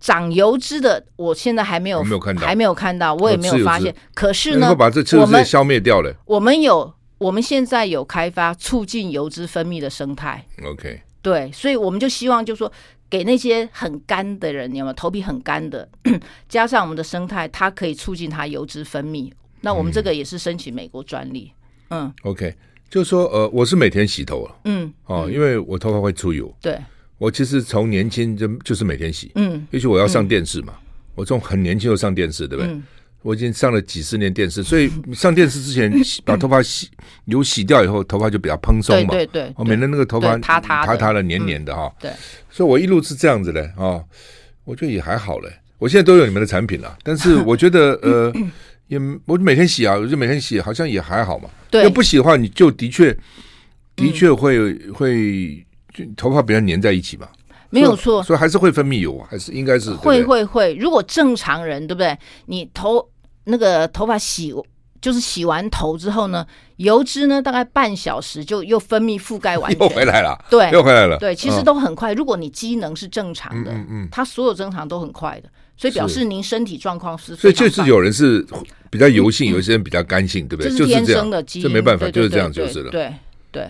[SPEAKER 2] 长油脂的，我现在还没有
[SPEAKER 1] 我没有看到
[SPEAKER 2] 还没有看到，我也没
[SPEAKER 1] 哦吃
[SPEAKER 2] 有
[SPEAKER 1] 油
[SPEAKER 2] 发
[SPEAKER 1] 脂
[SPEAKER 2] 现。可是
[SPEAKER 1] 能
[SPEAKER 2] 呢
[SPEAKER 1] 够，把这吃油
[SPEAKER 2] 我
[SPEAKER 1] 脂也
[SPEAKER 2] 们
[SPEAKER 1] 消灭掉了。
[SPEAKER 2] 我们有我们现在有开发促进油脂分泌的生态，
[SPEAKER 1] OK，
[SPEAKER 2] 对，所以我们就希望就说给那些很干的人，有没有头皮很干的， 加上我们的生态，它可以促进它油脂分泌。那我
[SPEAKER 1] 嗯
[SPEAKER 2] 们这个也是申请美国专利。嗯
[SPEAKER 1] OK，就说呃，我是每天洗头了
[SPEAKER 2] 嗯，
[SPEAKER 1] 哦，因为我头发会出油。
[SPEAKER 2] 对，
[SPEAKER 1] 我其实从年轻就就是每天洗，
[SPEAKER 2] 嗯
[SPEAKER 1] 也许我要上电视嘛，我从很年轻就上电视，对不对？
[SPEAKER 2] 嗯
[SPEAKER 1] 我已经上了几十年电视，所以上电视之前洗把头发洗油洗掉以后，头发就比较蓬松
[SPEAKER 2] 对
[SPEAKER 1] 嘛。哦
[SPEAKER 2] 对对，
[SPEAKER 1] 我免得那个头发
[SPEAKER 2] 对塌塌的嗯
[SPEAKER 1] 塌塌了黏黏的哈。
[SPEAKER 2] 对，
[SPEAKER 1] 所以我一路是这样子的啊、哦，我觉得也还好嘞。我现在都有你们的产品了，但是我觉得呃，也我每天洗啊，我就每天洗，好像也还好嘛。
[SPEAKER 2] 对嗯
[SPEAKER 1] 要不洗的话，你就的确的确会、会就头发比较粘在一起嘛，
[SPEAKER 2] 没有错，
[SPEAKER 1] 所以还是会分泌油，还是应该是对
[SPEAKER 2] 会
[SPEAKER 1] 不对
[SPEAKER 2] 会会。如果正常人，对不对？你头那个头发洗，就是洗完头之后呢，油脂呢大概半小时就又分泌覆盖完
[SPEAKER 1] 又回
[SPEAKER 2] 全。
[SPEAKER 1] 来了，
[SPEAKER 2] 对
[SPEAKER 1] 又回来了。
[SPEAKER 2] 对，其实
[SPEAKER 1] 嗯
[SPEAKER 2] 都很快。如果你机能是正常的，
[SPEAKER 1] 嗯嗯
[SPEAKER 2] 它所有正常都很快的，所以表示您身体状况是
[SPEAKER 1] 所
[SPEAKER 2] 非
[SPEAKER 1] 以
[SPEAKER 2] 常
[SPEAKER 1] 就是
[SPEAKER 2] 棒
[SPEAKER 1] 有人是比较油性，有一些人比较干性，对不
[SPEAKER 2] 这
[SPEAKER 1] 对？
[SPEAKER 2] 嗯是
[SPEAKER 1] 就是
[SPEAKER 2] 天
[SPEAKER 1] 这
[SPEAKER 2] 生
[SPEAKER 1] 样，
[SPEAKER 2] 的基因，
[SPEAKER 1] 这没办法，
[SPEAKER 2] 对
[SPEAKER 1] 就
[SPEAKER 2] 对
[SPEAKER 1] 是这样，
[SPEAKER 2] 对
[SPEAKER 1] 就是了。
[SPEAKER 2] 对对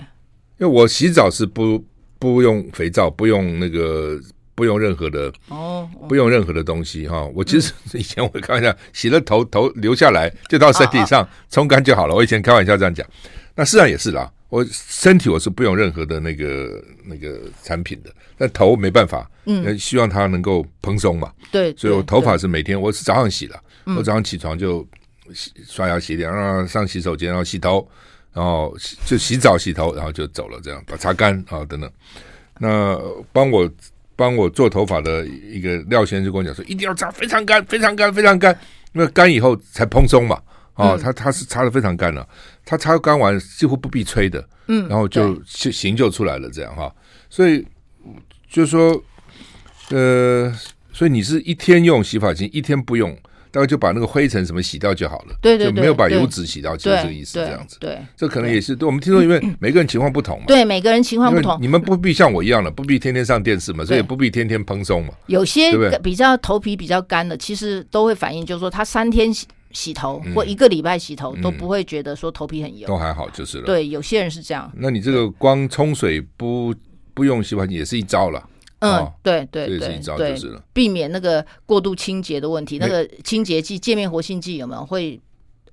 [SPEAKER 1] 因为我洗澡是不不用肥皂，不用那个，不用任何的，
[SPEAKER 2] 哦，哦
[SPEAKER 1] 不用任何的东西哈。我其实以前我开玩笑，洗了头头流下来就到身体上冲干就好了。我以前开玩笑这样讲，那事实上也是啦。我身体我是不用任何的那个那个产品的，但头没办法，嗯，希望它能够蓬松嘛。
[SPEAKER 2] 对，
[SPEAKER 1] 所以我
[SPEAKER 2] 对嗯
[SPEAKER 1] 头发是每天我是早上洗的，我早上起床就洗刷牙洗脸，然后上洗手间，然后洗头，然后洗就洗澡洗头，然后就走了，这样把擦干啊等等。那帮我帮我做头发的一个廖先生就跟我讲说，一定要擦非常干，非常干，非常干，因为干以后才蓬松嘛。
[SPEAKER 2] 嗯
[SPEAKER 1] 哦，他他是擦的非常干了、他擦干完几乎不必吹的，
[SPEAKER 2] 嗯
[SPEAKER 1] 然后就就行就出来了，这样哈。所以就说，呃，所以你是一天用洗发精，一天不用，大概就把那个灰尘什么洗掉就好了，
[SPEAKER 2] 对对对
[SPEAKER 1] 就没有把
[SPEAKER 2] 对
[SPEAKER 1] 油脂洗掉，就是
[SPEAKER 2] 对
[SPEAKER 1] 这个意思，
[SPEAKER 2] 对
[SPEAKER 1] 这样子。
[SPEAKER 2] 对
[SPEAKER 1] 这可能也是对我们听众，因为每个人情况不同嘛，
[SPEAKER 2] 对，每个人情况
[SPEAKER 1] 因
[SPEAKER 2] 不
[SPEAKER 1] 为
[SPEAKER 2] 同，
[SPEAKER 1] 你们不必像我一样了，不必天天上电视嘛，所以也不必天天蓬松嘛。
[SPEAKER 2] 有些
[SPEAKER 1] 对不对
[SPEAKER 2] 比较头皮比较干的，其实都会反映，就是说他三天洗洗头、
[SPEAKER 1] 嗯
[SPEAKER 2] 或一个礼拜洗头、都不会觉得说头皮很油。
[SPEAKER 1] 都还好就是嗯了。，
[SPEAKER 2] 对，有些人是这样。
[SPEAKER 1] 那你这个光冲水不不用洗发精也是一招了，
[SPEAKER 2] 嗯，
[SPEAKER 1] 哦
[SPEAKER 2] 对
[SPEAKER 1] 这
[SPEAKER 2] 对
[SPEAKER 1] 也是
[SPEAKER 2] 对
[SPEAKER 1] 一招
[SPEAKER 2] 对
[SPEAKER 1] 就，是了。
[SPEAKER 2] 避免那个过度清洁的问题。
[SPEAKER 1] 没
[SPEAKER 2] 那个清洁剂、界面活性剂有没有会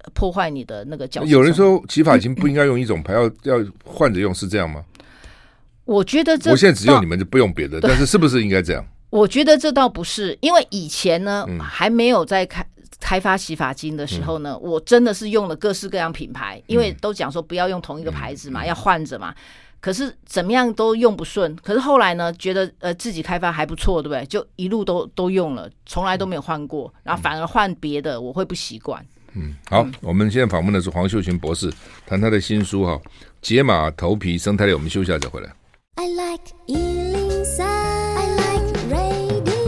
[SPEAKER 2] 呃破坏你的那个角质？
[SPEAKER 1] 有人，说洗发精不应该用一种牌，要要换着用，是这样吗？
[SPEAKER 2] 我觉得 这
[SPEAKER 1] 我现在只用
[SPEAKER 2] 倒
[SPEAKER 1] 你们就不用别的，但是是不是应该这样？
[SPEAKER 2] 我觉得这倒不是，因为以前呢、
[SPEAKER 1] 嗯
[SPEAKER 2] 还没有在开开发洗发精的时候呢，
[SPEAKER 1] 嗯
[SPEAKER 2] 我真的是用了各式各样品牌，因为都讲说不要用同一个牌子嘛，
[SPEAKER 1] 嗯
[SPEAKER 2] 要换着嘛。可是怎么样都用不顺，可是后来呢，觉得呃自己开发还不错，对不对？就一路都都用了，从来都没有换过，然后反而换别的，我会不习惯。
[SPEAKER 1] 好，
[SPEAKER 2] 嗯
[SPEAKER 1] 我们现在访问的是黄秀群博士，谈他的新书哈、解码头皮生态链。我们休息一下再回来。
[SPEAKER 3] I like Ealing Sound. I like radio.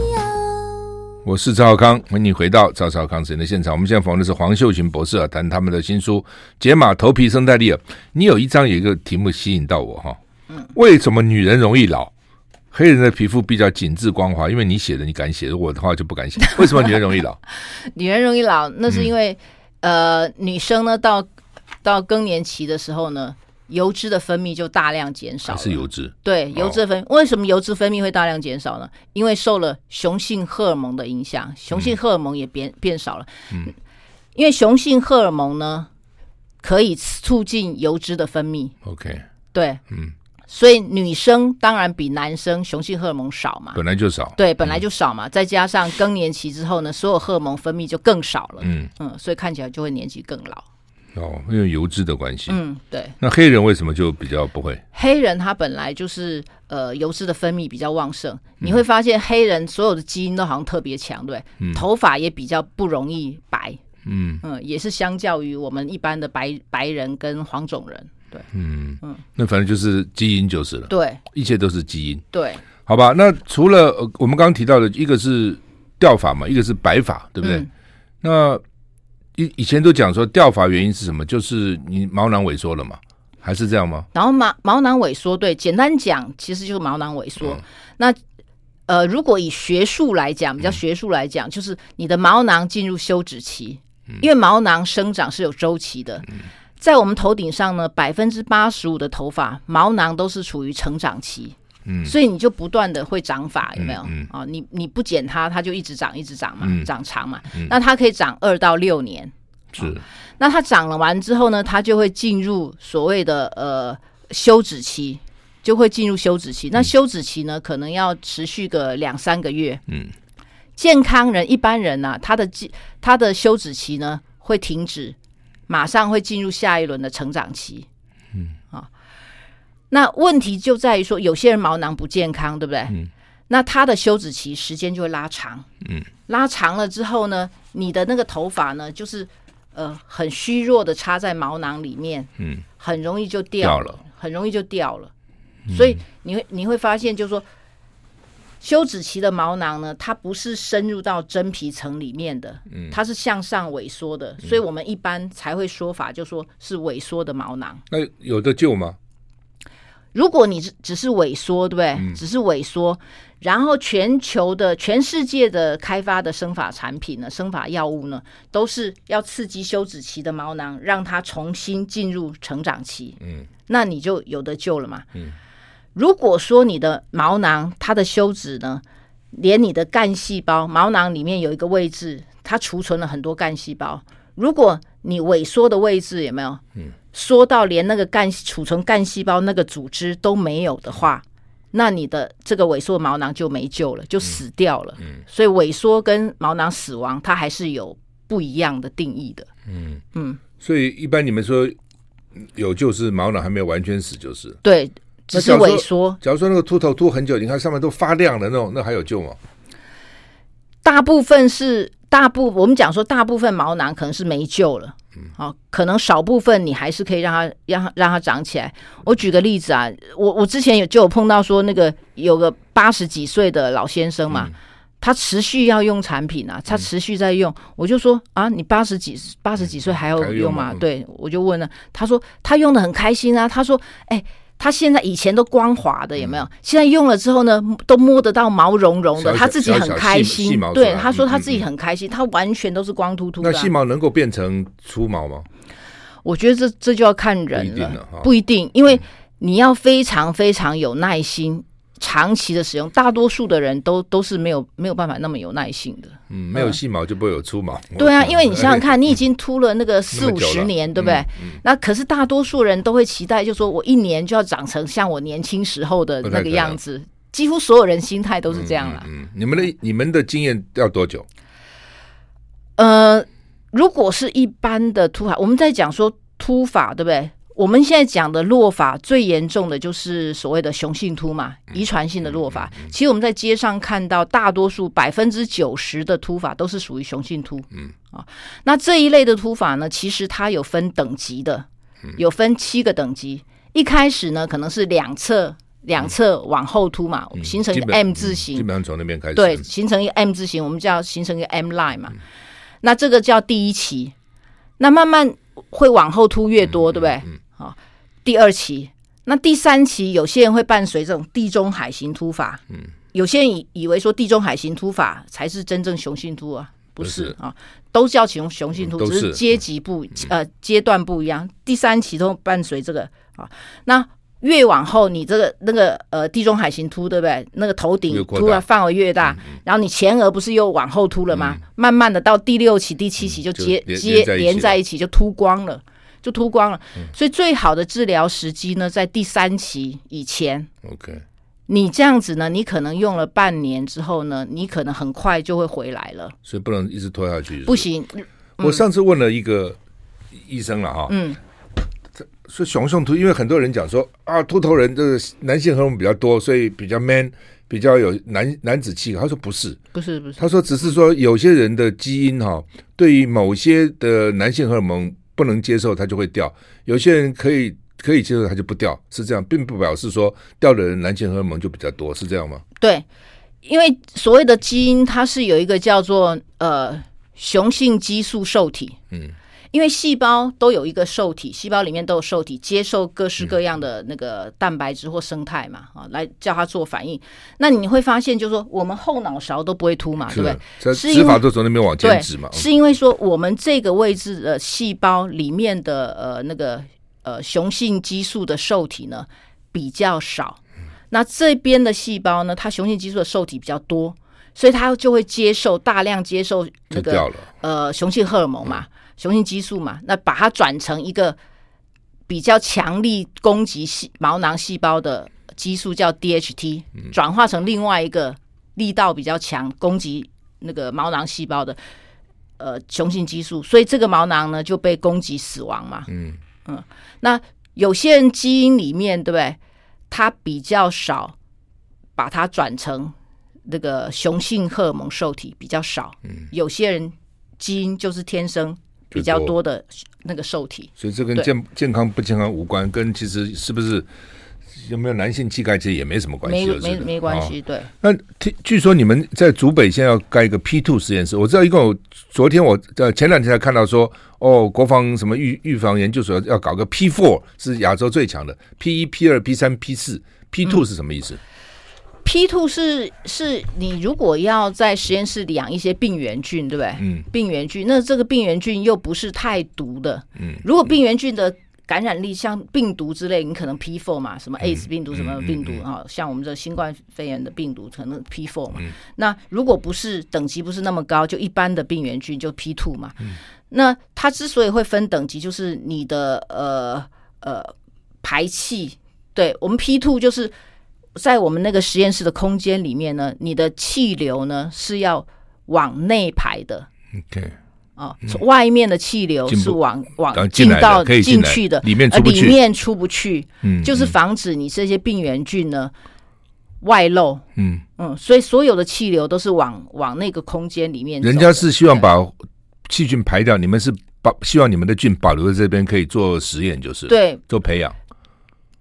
[SPEAKER 1] 我是赵少康，欢迎你回到赵少康时间的现场。我们现在访问的是黄秀群博士啊，谈他们的新书《解码头皮生态链》。你有一章有一个题目吸引到我哈、
[SPEAKER 2] 嗯
[SPEAKER 1] 为什么女人容易老？黑人的皮肤比较紧致光滑，因为你写的你敢写，我的话就不 敢写。为什么女人容易老？
[SPEAKER 2] 女人容易老，那
[SPEAKER 1] 嗯
[SPEAKER 2] 是因为、呃，女生呢到到更年期的时候呢，油脂的分泌就大量减少
[SPEAKER 1] 还
[SPEAKER 2] 了，
[SPEAKER 1] 是油哦脂？
[SPEAKER 2] 对，油脂分、为什么油脂分泌会大量减少呢？因为受了雄性荷尔蒙的影响，雄
[SPEAKER 1] 嗯
[SPEAKER 2] 性荷尔蒙也变、变少了。嗯，因为雄性荷尔蒙呢，可以促进油脂的分泌。
[SPEAKER 1] OK，
[SPEAKER 2] 对，嗯，所以女生当然比男生雄性荷尔蒙少嘛。
[SPEAKER 1] 本来就少。
[SPEAKER 2] 对，本来就少嘛，再加上更年期之后呢，所有荷尔蒙分泌就更少了。
[SPEAKER 1] 嗯，
[SPEAKER 2] 嗯，所以看起来就会年纪更老。
[SPEAKER 1] 哦，因为油脂的关系。
[SPEAKER 2] 嗯，对。
[SPEAKER 1] 那黑人为什么就比较不会？
[SPEAKER 2] 黑人他本来就是呃油脂的分泌比较旺盛，你会发现黑人所有的基因都好像特别强，对不对，头发也比较不容易白，
[SPEAKER 1] 嗯
[SPEAKER 2] 嗯，也是相较于我们一般的白白人跟黄种人，对
[SPEAKER 1] 嗯，那反正就是基因就是了，
[SPEAKER 2] 对
[SPEAKER 1] 一切都是基因，
[SPEAKER 2] 对，
[SPEAKER 1] 好吧？那除了、呃我们刚刚提到的，一个是掉发嘛，一个是白发，对不对？
[SPEAKER 2] 嗯
[SPEAKER 1] 那以以前都讲说掉发原因是什么？就是你毛囊萎缩了嘛，还还是这样吗？
[SPEAKER 2] 然后毛毛囊萎缩，对，简单讲，其实就是毛囊萎缩。
[SPEAKER 1] 嗯
[SPEAKER 2] 那呃，如果以学术来讲，比较学术来讲，就是你的毛囊进入休止期，
[SPEAKER 1] 嗯
[SPEAKER 2] 因为毛囊生长是有周期的。在我们头顶上呢，百分之八十五的头发毛囊都是处于成长期，
[SPEAKER 1] 嗯
[SPEAKER 2] 所以你就不断的会长发，有没有？
[SPEAKER 1] 嗯
[SPEAKER 2] 哦，你你不剪它，它就一直长，一直长嘛，
[SPEAKER 1] 嗯
[SPEAKER 2] 长长嘛。那它可以长二到六年，
[SPEAKER 1] 是，
[SPEAKER 2] 那它长了完之后呢，它就会进入所谓的呃休止期，就会进入休止期。那休止期呢，可能要持续个两三个月。
[SPEAKER 1] 嗯，
[SPEAKER 2] 健康人一般人呐、他的进他的休止期呢会停止，马上会进入下一轮的成长期。嗯啊，那问题就在于说，有些人毛囊不健康，对不对？
[SPEAKER 1] 嗯。
[SPEAKER 2] 那他的休止期时间就会拉长，
[SPEAKER 1] 嗯，
[SPEAKER 2] 拉长了之后呢，你的那个头发呢，就是呃很虚弱的插在毛囊里面，
[SPEAKER 1] 嗯，
[SPEAKER 2] 很容易就掉
[SPEAKER 1] 掉
[SPEAKER 2] 了，
[SPEAKER 1] 了，嗯
[SPEAKER 2] 很容易就掉了。所以你会你会发现，就是说休止期的毛囊呢，它不是深入到真皮层里面的，
[SPEAKER 1] 嗯
[SPEAKER 2] 它是向上萎缩的，所以我们一般才会说法就说是萎缩的毛囊。
[SPEAKER 1] 那有的救吗？
[SPEAKER 2] 如果你只只是萎缩，对不对？只是萎缩，然后全球的、全世界的开发的生发产品呢、生发药物呢，都是要刺激休止期的毛囊，让它重新进入成长期。
[SPEAKER 1] 嗯，
[SPEAKER 2] 那你就有得救了嘛。嗯，如果说你的毛囊它的休止呢，连你的干细胞，毛囊里面有一个位置，它储存了很多干细胞。如果你萎缩的位置有没有？缩到连那个干储存干细胞那个组织都没有的话，那你的这个萎缩毛囊就没救了，就死掉了。
[SPEAKER 1] 嗯
[SPEAKER 2] 所以萎缩跟毛囊死亡，它还是有不一样的定义的。
[SPEAKER 1] 所以一般你们说有救是毛囊还没有完全死，就是。
[SPEAKER 2] 对，只是
[SPEAKER 1] 那假如说
[SPEAKER 2] 萎缩，
[SPEAKER 1] 假如说那个秃头秃很久，你看上面都发亮的那种，那还有救吗？
[SPEAKER 2] 大部分是大部我们讲说大部分毛囊可能是没救了。哦，可能少部分你还是可以让它让它让它长起来。我举个例子啊，我我之前有就有碰到说那个有个八十几岁的老先生嘛，他持续要用产品啊，他持续在用，我就说啊，你八十几八十几岁嗯还要
[SPEAKER 1] 还
[SPEAKER 2] 用
[SPEAKER 1] 用
[SPEAKER 2] 吗
[SPEAKER 1] 吗？
[SPEAKER 2] 对，我就问了，他说他用的很开心啊，他说哎。他现在以前都光滑
[SPEAKER 1] 嗯
[SPEAKER 2] 的，有没有？现在用了之后呢，都摸得到毛茸茸的，
[SPEAKER 1] 小
[SPEAKER 2] 他自己
[SPEAKER 1] 小
[SPEAKER 2] 很
[SPEAKER 1] 小
[SPEAKER 2] 开
[SPEAKER 1] 细
[SPEAKER 2] 心
[SPEAKER 1] 细。毛出
[SPEAKER 2] 对，
[SPEAKER 1] 来
[SPEAKER 2] 他说他自己
[SPEAKER 1] 嗯嗯嗯
[SPEAKER 2] 很开心，他完全都是光秃秃的
[SPEAKER 1] 那
[SPEAKER 2] 啊。
[SPEAKER 1] 细毛能够变成粗毛吗？
[SPEAKER 2] 我觉得这这就要看
[SPEAKER 1] 不一
[SPEAKER 2] 人
[SPEAKER 1] 定了哈嗯
[SPEAKER 2] 不一定，因为你要非常非常有耐心，长期的使用，大多数的人都都是没有没有办法那么有耐心的。
[SPEAKER 1] 嗯，没有细毛就不会有粗毛。
[SPEAKER 2] 呃
[SPEAKER 1] 哎
[SPEAKER 2] 对啊，因为 你想想看，你已经秃了那个四
[SPEAKER 1] 嗯那
[SPEAKER 2] 五
[SPEAKER 1] 么久了嗯
[SPEAKER 2] 十年，对不对？那可是大多数人都会期待，就说我一年就要长成像我年轻时候的那
[SPEAKER 1] 不太可
[SPEAKER 2] 个
[SPEAKER 1] 能
[SPEAKER 2] 样子，几乎所有人心态都是这样啦。
[SPEAKER 1] 嗯，你们的你们的经验要多久？
[SPEAKER 2] 呃，如果是一般的秃发，我们在讲说秃发，对不对？我们现在讲的落发最严重的就是所谓的雄性秃嘛，
[SPEAKER 1] 嗯
[SPEAKER 2] 遗传性的落发。其实我们在街上看到，大多数百分之九十的秃发都是属于雄性秃。
[SPEAKER 1] 嗯
[SPEAKER 2] 啊，那这一类的秃发呢，其实它有分等级的，
[SPEAKER 1] 嗯
[SPEAKER 2] 有分七个等级。一开始呢，可能是两侧两侧往后秃嘛，形成
[SPEAKER 1] 嗯
[SPEAKER 2] 一
[SPEAKER 1] 基
[SPEAKER 2] 个
[SPEAKER 1] 本
[SPEAKER 2] M 字
[SPEAKER 1] 嗯
[SPEAKER 2] 形
[SPEAKER 1] 基。本上从那边开始。嗯
[SPEAKER 2] 对，形成一个 M 字形，我们叫形成一个 M line 嘛。那这个叫第一期，那慢慢会往后凸越
[SPEAKER 1] 嗯
[SPEAKER 2] 多，对不对？好、第二期，那第三期，有些人会伴随这种地中海型突法，嗯，有些人以以为说地中海型突法才是真正雄性突啊，不
[SPEAKER 1] 不
[SPEAKER 2] 是
[SPEAKER 1] 是嗯
[SPEAKER 2] 啊、都叫雄雄性突，
[SPEAKER 1] 都
[SPEAKER 2] 只是
[SPEAKER 1] 是嗯
[SPEAKER 2] 阶级不、呃阶段不一样，第三期都伴随这个啊、那越往后，你这个那个呃地中海型凸，对不对？那个头顶
[SPEAKER 1] 越扩大嗯
[SPEAKER 2] 凸的范围越大，然后你前额不是又往后凸了吗？慢慢的到第六期、第七期就
[SPEAKER 1] 就
[SPEAKER 2] 接、
[SPEAKER 1] 连连
[SPEAKER 2] 接
[SPEAKER 1] 在一起
[SPEAKER 2] 连
[SPEAKER 1] 了嗯
[SPEAKER 2] 在一起就秃光了，就秃光了。所以最好的治疗时机呢，在第三期以前。
[SPEAKER 1] ，OK，
[SPEAKER 2] 你这样子呢，你可能用了半年之后呢，你可能很快就会回来了。
[SPEAKER 1] 所以不能一直拖下去。
[SPEAKER 2] 不，行，
[SPEAKER 1] 我上次问了一个医生了哈，
[SPEAKER 2] 嗯，
[SPEAKER 1] 说雄性秃，因为很多人讲说啊，秃头人这个男性荷尔蒙比较多，所以比较 man，比较有男男子气。他说不是，
[SPEAKER 2] 不是不是，
[SPEAKER 1] 他说只是说有些人的基因哈、对于某些的男性荷尔蒙不能接受，他就会掉；有些人可以可以接受，他就不掉，是这样，并不表示说掉的人男性荷尔蒙就比较多，是这样吗？
[SPEAKER 2] 对，因为所谓的基因，它是有一个叫做呃雄性激素受体。
[SPEAKER 1] 嗯，
[SPEAKER 2] 因为细胞都有一个受体，细胞里面都有受体接受各式
[SPEAKER 1] 嗯
[SPEAKER 2] 各样的那个蛋白质或生态嘛，啊，来叫它做反应。那你会发现，就是说我们后脑勺都不会凸嘛，呃对
[SPEAKER 1] 是
[SPEAKER 2] 不
[SPEAKER 1] 的
[SPEAKER 2] 对？，
[SPEAKER 1] 这
[SPEAKER 2] 是因
[SPEAKER 1] 指
[SPEAKER 2] 为
[SPEAKER 1] 法都从那边往前
[SPEAKER 2] 对
[SPEAKER 1] 指嘛，，嗯哦
[SPEAKER 2] 是因为说我们这个位置的细胞里面的呃那个呃雄性激素的受体呢比较少，那这边的细胞呢，它雄性激素的受体比较多，所以它就会接受大量接受
[SPEAKER 1] 就
[SPEAKER 2] 那
[SPEAKER 1] 掉了。
[SPEAKER 2] 个
[SPEAKER 1] 嗯
[SPEAKER 2] 呃雄性荷尔蒙嘛，雄性激素嘛，那把它转成一个比较强力攻击细毛囊细胞的激素叫 DHT，转
[SPEAKER 1] 嗯
[SPEAKER 2] 化成另外一个力道比较强攻击那个毛囊细胞的呃雄性激素，所以这个毛囊呢就被攻击死亡嘛。
[SPEAKER 1] 嗯
[SPEAKER 2] 那有些人基因里面对不对？它比较少把它转成那个雄性荷尔蒙受体比较少，
[SPEAKER 1] 嗯，
[SPEAKER 2] 有些人基因就是天生比较多的那个受体。
[SPEAKER 1] 所以这跟
[SPEAKER 2] 对
[SPEAKER 1] 健健康不健康无关，跟其实是不是有没有男性气概其实也没什么关系，
[SPEAKER 2] 没
[SPEAKER 1] 就是
[SPEAKER 2] 没
[SPEAKER 1] 的
[SPEAKER 2] 没关。
[SPEAKER 1] 哦
[SPEAKER 2] 系，对，
[SPEAKER 1] 那听据说你们在竹北现在要盖一个 P two 实验室，我知道一共有昨天我呃前两天才看到说，哦，国防什么预预防研究所要搞个 P four 是亚洲最强的，P 一、P 二、P 三、P 四，P two 是什么意思？
[SPEAKER 2] P two 是是你如果要在实验室里养一些病原菌，对不对？
[SPEAKER 1] 嗯，
[SPEAKER 2] 病原菌，那这个病原菌又不是太毒的。嗯，如果病原菌的感染力像病毒之类，你可能 P four 嘛，什么 AIDS 病毒什么病毒啊、像我们这新冠肺炎的病毒可能 P four 嘛、那如果不是等级不是那么高，就一般的病原菌就 P two 嘛、那它之所以会分等级，就是你的呃呃排气，对我们 P two 就是在我们那个实验室的空间里面呢，你的气流呢是要往内排的
[SPEAKER 1] 对，
[SPEAKER 2] 啊，从外面的气流
[SPEAKER 1] 嗯进不
[SPEAKER 2] 是往
[SPEAKER 1] 啊
[SPEAKER 2] 往
[SPEAKER 1] 进来的
[SPEAKER 2] 到
[SPEAKER 1] 可以进
[SPEAKER 2] 进
[SPEAKER 1] 来
[SPEAKER 2] 去的，
[SPEAKER 1] 里面出
[SPEAKER 2] 而
[SPEAKER 1] 不
[SPEAKER 2] 里
[SPEAKER 1] 去
[SPEAKER 2] 面出不去，
[SPEAKER 1] 嗯，
[SPEAKER 2] 就是防止你这些病原菌呢外露。
[SPEAKER 1] 嗯，
[SPEAKER 2] 嗯，所以所有的气流都是往往那个空间里面走的。
[SPEAKER 1] 人家是希望把细菌排掉，你们是把希望你们的菌保留在这边可以做实验，就是
[SPEAKER 2] 对
[SPEAKER 1] 做培养，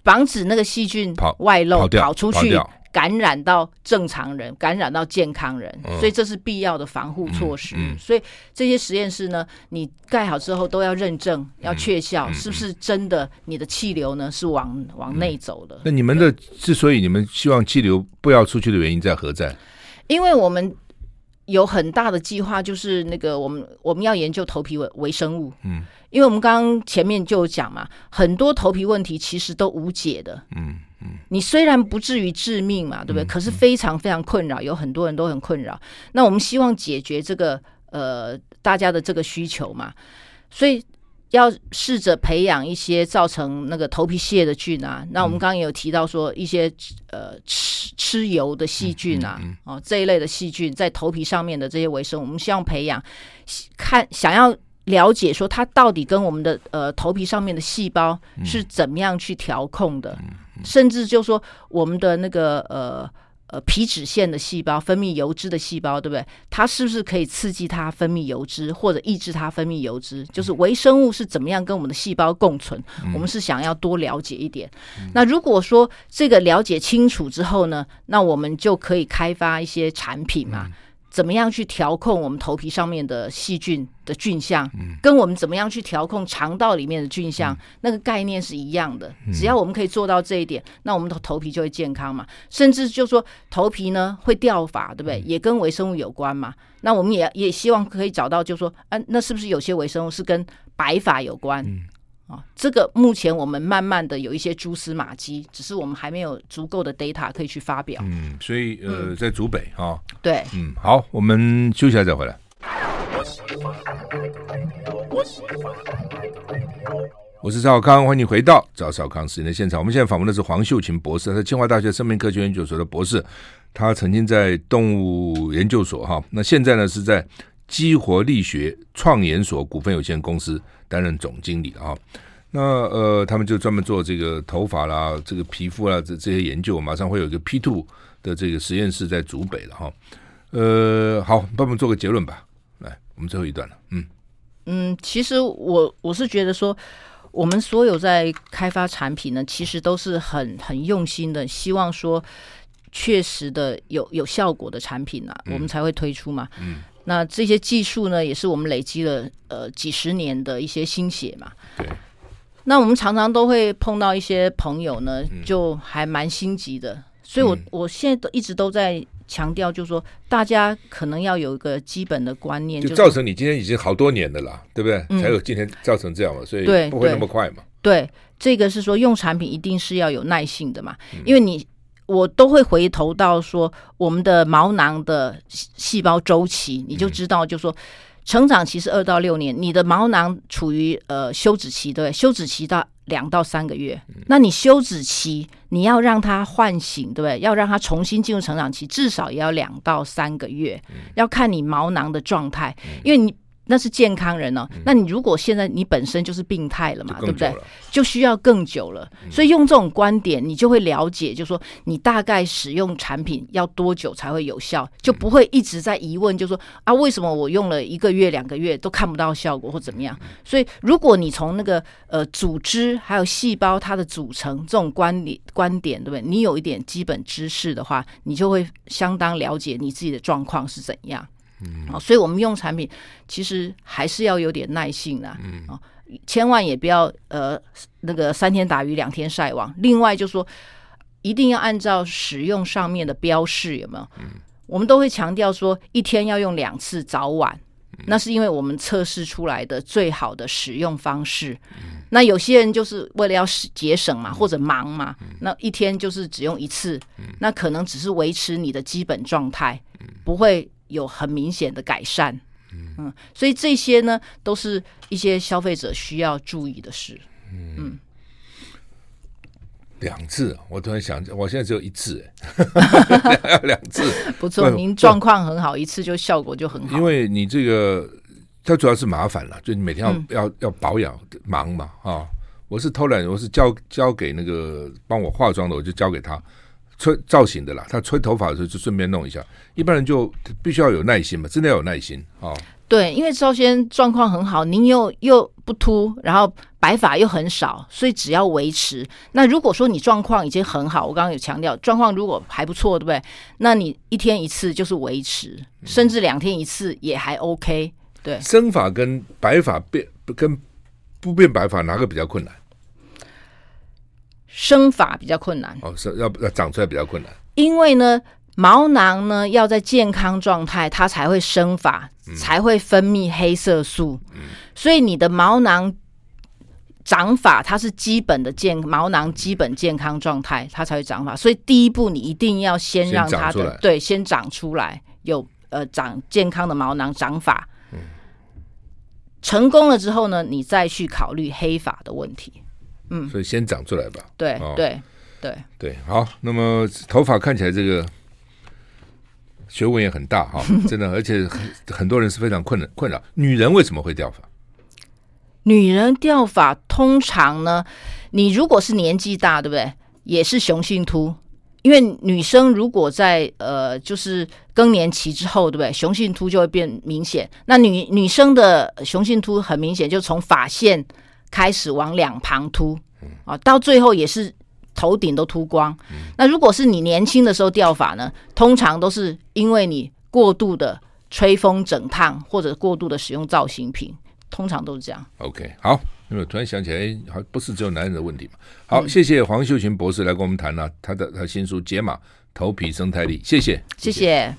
[SPEAKER 2] 防止那个细菌
[SPEAKER 1] 跑
[SPEAKER 2] 外露
[SPEAKER 1] 跑掉
[SPEAKER 2] 出
[SPEAKER 1] 跑
[SPEAKER 2] 去
[SPEAKER 1] 掉，
[SPEAKER 2] 感染到正常人，感染到健康人，
[SPEAKER 1] 嗯
[SPEAKER 2] 所以这是必要的防护措施。
[SPEAKER 1] 嗯嗯
[SPEAKER 2] 所以这些实验室呢，你盖好之后都要认证，
[SPEAKER 1] 嗯
[SPEAKER 2] 要确效，是不是真的你的气流呢是往
[SPEAKER 1] 嗯
[SPEAKER 2] 往内走的？
[SPEAKER 1] 那你们的之所以你们希望气流不要出去的原因在何在？
[SPEAKER 2] 因为我们有很大的计划，就是那个我们我们要研究头皮微微生物，
[SPEAKER 1] 嗯，
[SPEAKER 2] 因为我们刚刚前面就有讲嘛，很多头皮问题其实都无解的，
[SPEAKER 1] 嗯
[SPEAKER 2] 你虽然不至于致命嘛，对不对？可是非常非常困扰，有很多人都很困扰。那我们希望解决这个呃大家的这个需求嘛，所以要试着培养一些造成那个头皮屑的菌啊。那我们刚刚也有提到说一些呃吃吃油的细菌啊，哦这一类的细菌在头皮上面的这些微生物，我们希望培养，看想要。了解说它到底跟我们的呃头皮上面的细胞是怎么样去调控的，甚至就说我们的那个呃呃皮脂腺的细胞分泌油脂的细胞，对不对？它是不是可以刺激它分泌油脂，或者抑制它分泌油脂？就是微生物是怎么样跟我们的细胞共存？我们是想要多了解一点。那如果说这个了解清楚之后呢，那我们就可以开发一些产品嘛。怎么样去调控我们头皮上面的细菌的菌相，跟我们怎么样去调控肠道里面的菌相，那个概念是一样的。只要我们可以做到这一点，那我们的头皮就会健康嘛。甚至就说头皮呢会掉发，对不对？也跟微生物有关嘛。那我们也也希望可以找到，就说，啊，那是不是有些微生物是跟白发有关？啊，这个目前我们慢慢的有一些蛛丝马迹，只是我们还没有足够的 data 可以去发表。
[SPEAKER 1] 嗯，所以呃，在竹北啊、
[SPEAKER 2] 对，
[SPEAKER 1] 嗯，好，我们休息一下再回来。我是赵少康，欢迎你回到赵少康时间的现场。我们现在访问的是黄秀琴博士，他是清华大学生命科学研究所的博士，他曾经在动物研究所哈，那现在呢是在激活力学创研所股份有限公司担任总经理啊。那呃，他们就专门做这个头发啦、这个皮肤啦这这些研究，马上会有一个 P two 的这个实验室在竹北了哈。呃，好，帮我们做个结论吧。来，我们最后一段了。嗯，
[SPEAKER 2] 嗯，其实我我是觉得说，我们所有在开发产品呢，其实都是很很用心的，希望说确实的有有效果的产品啊，我们才会推出嘛。嗯，那这些技术呢，也是我们累积了呃几十年的一些心血嘛。
[SPEAKER 1] 对，
[SPEAKER 2] 那我们常常都会碰到一些朋友呢，就还蛮心急的，所以我、
[SPEAKER 1] 嗯
[SPEAKER 2] 我现在都一直都在强调，就是说大家可能要有一个基本的观念，
[SPEAKER 1] 就是造成你今天已经好多年的啦，对不对？
[SPEAKER 2] 嗯
[SPEAKER 1] 才有今天造成这样嘛，所以
[SPEAKER 2] 对
[SPEAKER 1] 不会那
[SPEAKER 2] 对
[SPEAKER 1] 么快嘛。
[SPEAKER 2] 对，这个是说用产品一定是要有耐性的嘛，
[SPEAKER 1] 嗯
[SPEAKER 2] 因为你我都会回头到说我们的毛囊的细细胞周期，你
[SPEAKER 1] 嗯
[SPEAKER 2] 就知道，就说。成长期是二到六年，你的毛囊处于呃休止期，对不对，休止期到两到三个月。
[SPEAKER 1] 嗯
[SPEAKER 2] 那你休止期，你要让它唤醒，对不对？要让它重新进入成长期，至少也要两到三个月，
[SPEAKER 1] 嗯
[SPEAKER 2] 要看你毛囊的状态，因为你那是健康人哦。那你如果现在你本身就是病态了嘛，
[SPEAKER 1] 嗯就
[SPEAKER 2] 对
[SPEAKER 1] 更
[SPEAKER 2] 不
[SPEAKER 1] 久
[SPEAKER 2] 对？
[SPEAKER 1] 了，
[SPEAKER 2] 就需要更久了。所以用这种观点，你就会了解，就说你大概使用产品要多久才会有效，就不会一直在疑问，就说啊，为什么我用了一个月、两个月都看不到效果或怎么样？所以如果你从那个呃组织还有细胞它的组成这种观理观点，对不对？你有一点基本知识的话，你就会相当了解你自己的状况是怎样。嗯，哦，所以我们用产品其实还是要有点耐性啦、嗯，哦，千万也不要呃那个三天打鱼两天晒网。另外就说，一定要按照使用上面的标示，有没有？我们都会强调说，一天要用两次，早晚。那是因为我们测试出来的最好的使用方式。那有些人就是为了要使节省嘛，或者忙嘛，那一天就是只用一次，那可能只是维持你的基本状态，不会有很明显的改善。嗯，所以这些呢，都是一些消费者需要注意的事。
[SPEAKER 1] 两次。我突然想，我现在只有一次，哎两次。
[SPEAKER 2] 不错，
[SPEAKER 1] 不
[SPEAKER 2] 您状况很好，一次就效果就很好
[SPEAKER 1] 因。为你这个，它主要是麻烦了，就你每天要、
[SPEAKER 2] 嗯
[SPEAKER 1] 要要保养，忙嘛啊。我是偷懒，我是交交给那个帮我化妆的，我就交给他吹造型的啦。他吹头发的时候就顺便弄一下。一般人就必须要有耐心嘛，真的要有耐心啊。
[SPEAKER 2] 对，因为赵先状况很好，您又又不秃，然后白发又很少，所以只要维持。那如果说你状况已经很好，我刚刚有强调，状况如果还不错，对不对？那你一天一次就是维持，甚至两天一次也还 OK。对，
[SPEAKER 1] 生发跟白发变跟不变白发哪个比较困难？
[SPEAKER 2] 生发比较困难，
[SPEAKER 1] 哦，是要要长出来比较困难。
[SPEAKER 2] 因为呢，毛囊呢要在健康状态，它才会生发，
[SPEAKER 1] 嗯
[SPEAKER 2] 才会分泌黑色素。所以你的毛囊长发，它是基本的健毛囊基本健康状态，它才会长发。所以第一步，你一定要先
[SPEAKER 1] 先
[SPEAKER 2] 让
[SPEAKER 1] 长
[SPEAKER 2] 它
[SPEAKER 1] 出
[SPEAKER 2] 的
[SPEAKER 1] 来
[SPEAKER 2] 对先长出来，有呃长健康的毛囊长发。
[SPEAKER 1] 嗯
[SPEAKER 2] 成功了之后呢，你再去考虑黑发的问题。
[SPEAKER 1] 所以先长出来吧。
[SPEAKER 2] 对、
[SPEAKER 1] 哦
[SPEAKER 2] 对对，
[SPEAKER 1] 对，好，那么头发看起来这个学问也很大 哈、真的，而且很很多人是非常困扰困扰。女人为什么会掉发？
[SPEAKER 2] 女人掉发通常呢，你如果是年纪大，对不对？也是雄性秃，因为女生如果在呃就是更年期之后，对不对？雄性秃就会变明显。那女女生的雄性秃很明显，就从发线开始往两旁秃，啊，到最后也是头顶都秃光。那如果是你年轻的时候掉发呢，通常都是因为你过度的吹风整烫，或者过度的使用造型品，通常都是这样。
[SPEAKER 1] OK，好，那么突然想起来，哎好，不是只有男人的问题嘛。好，谢谢黄啊秀群博士来跟我们谈了、他的他新书《解码头皮生态力》，谢谢，
[SPEAKER 2] 谢谢。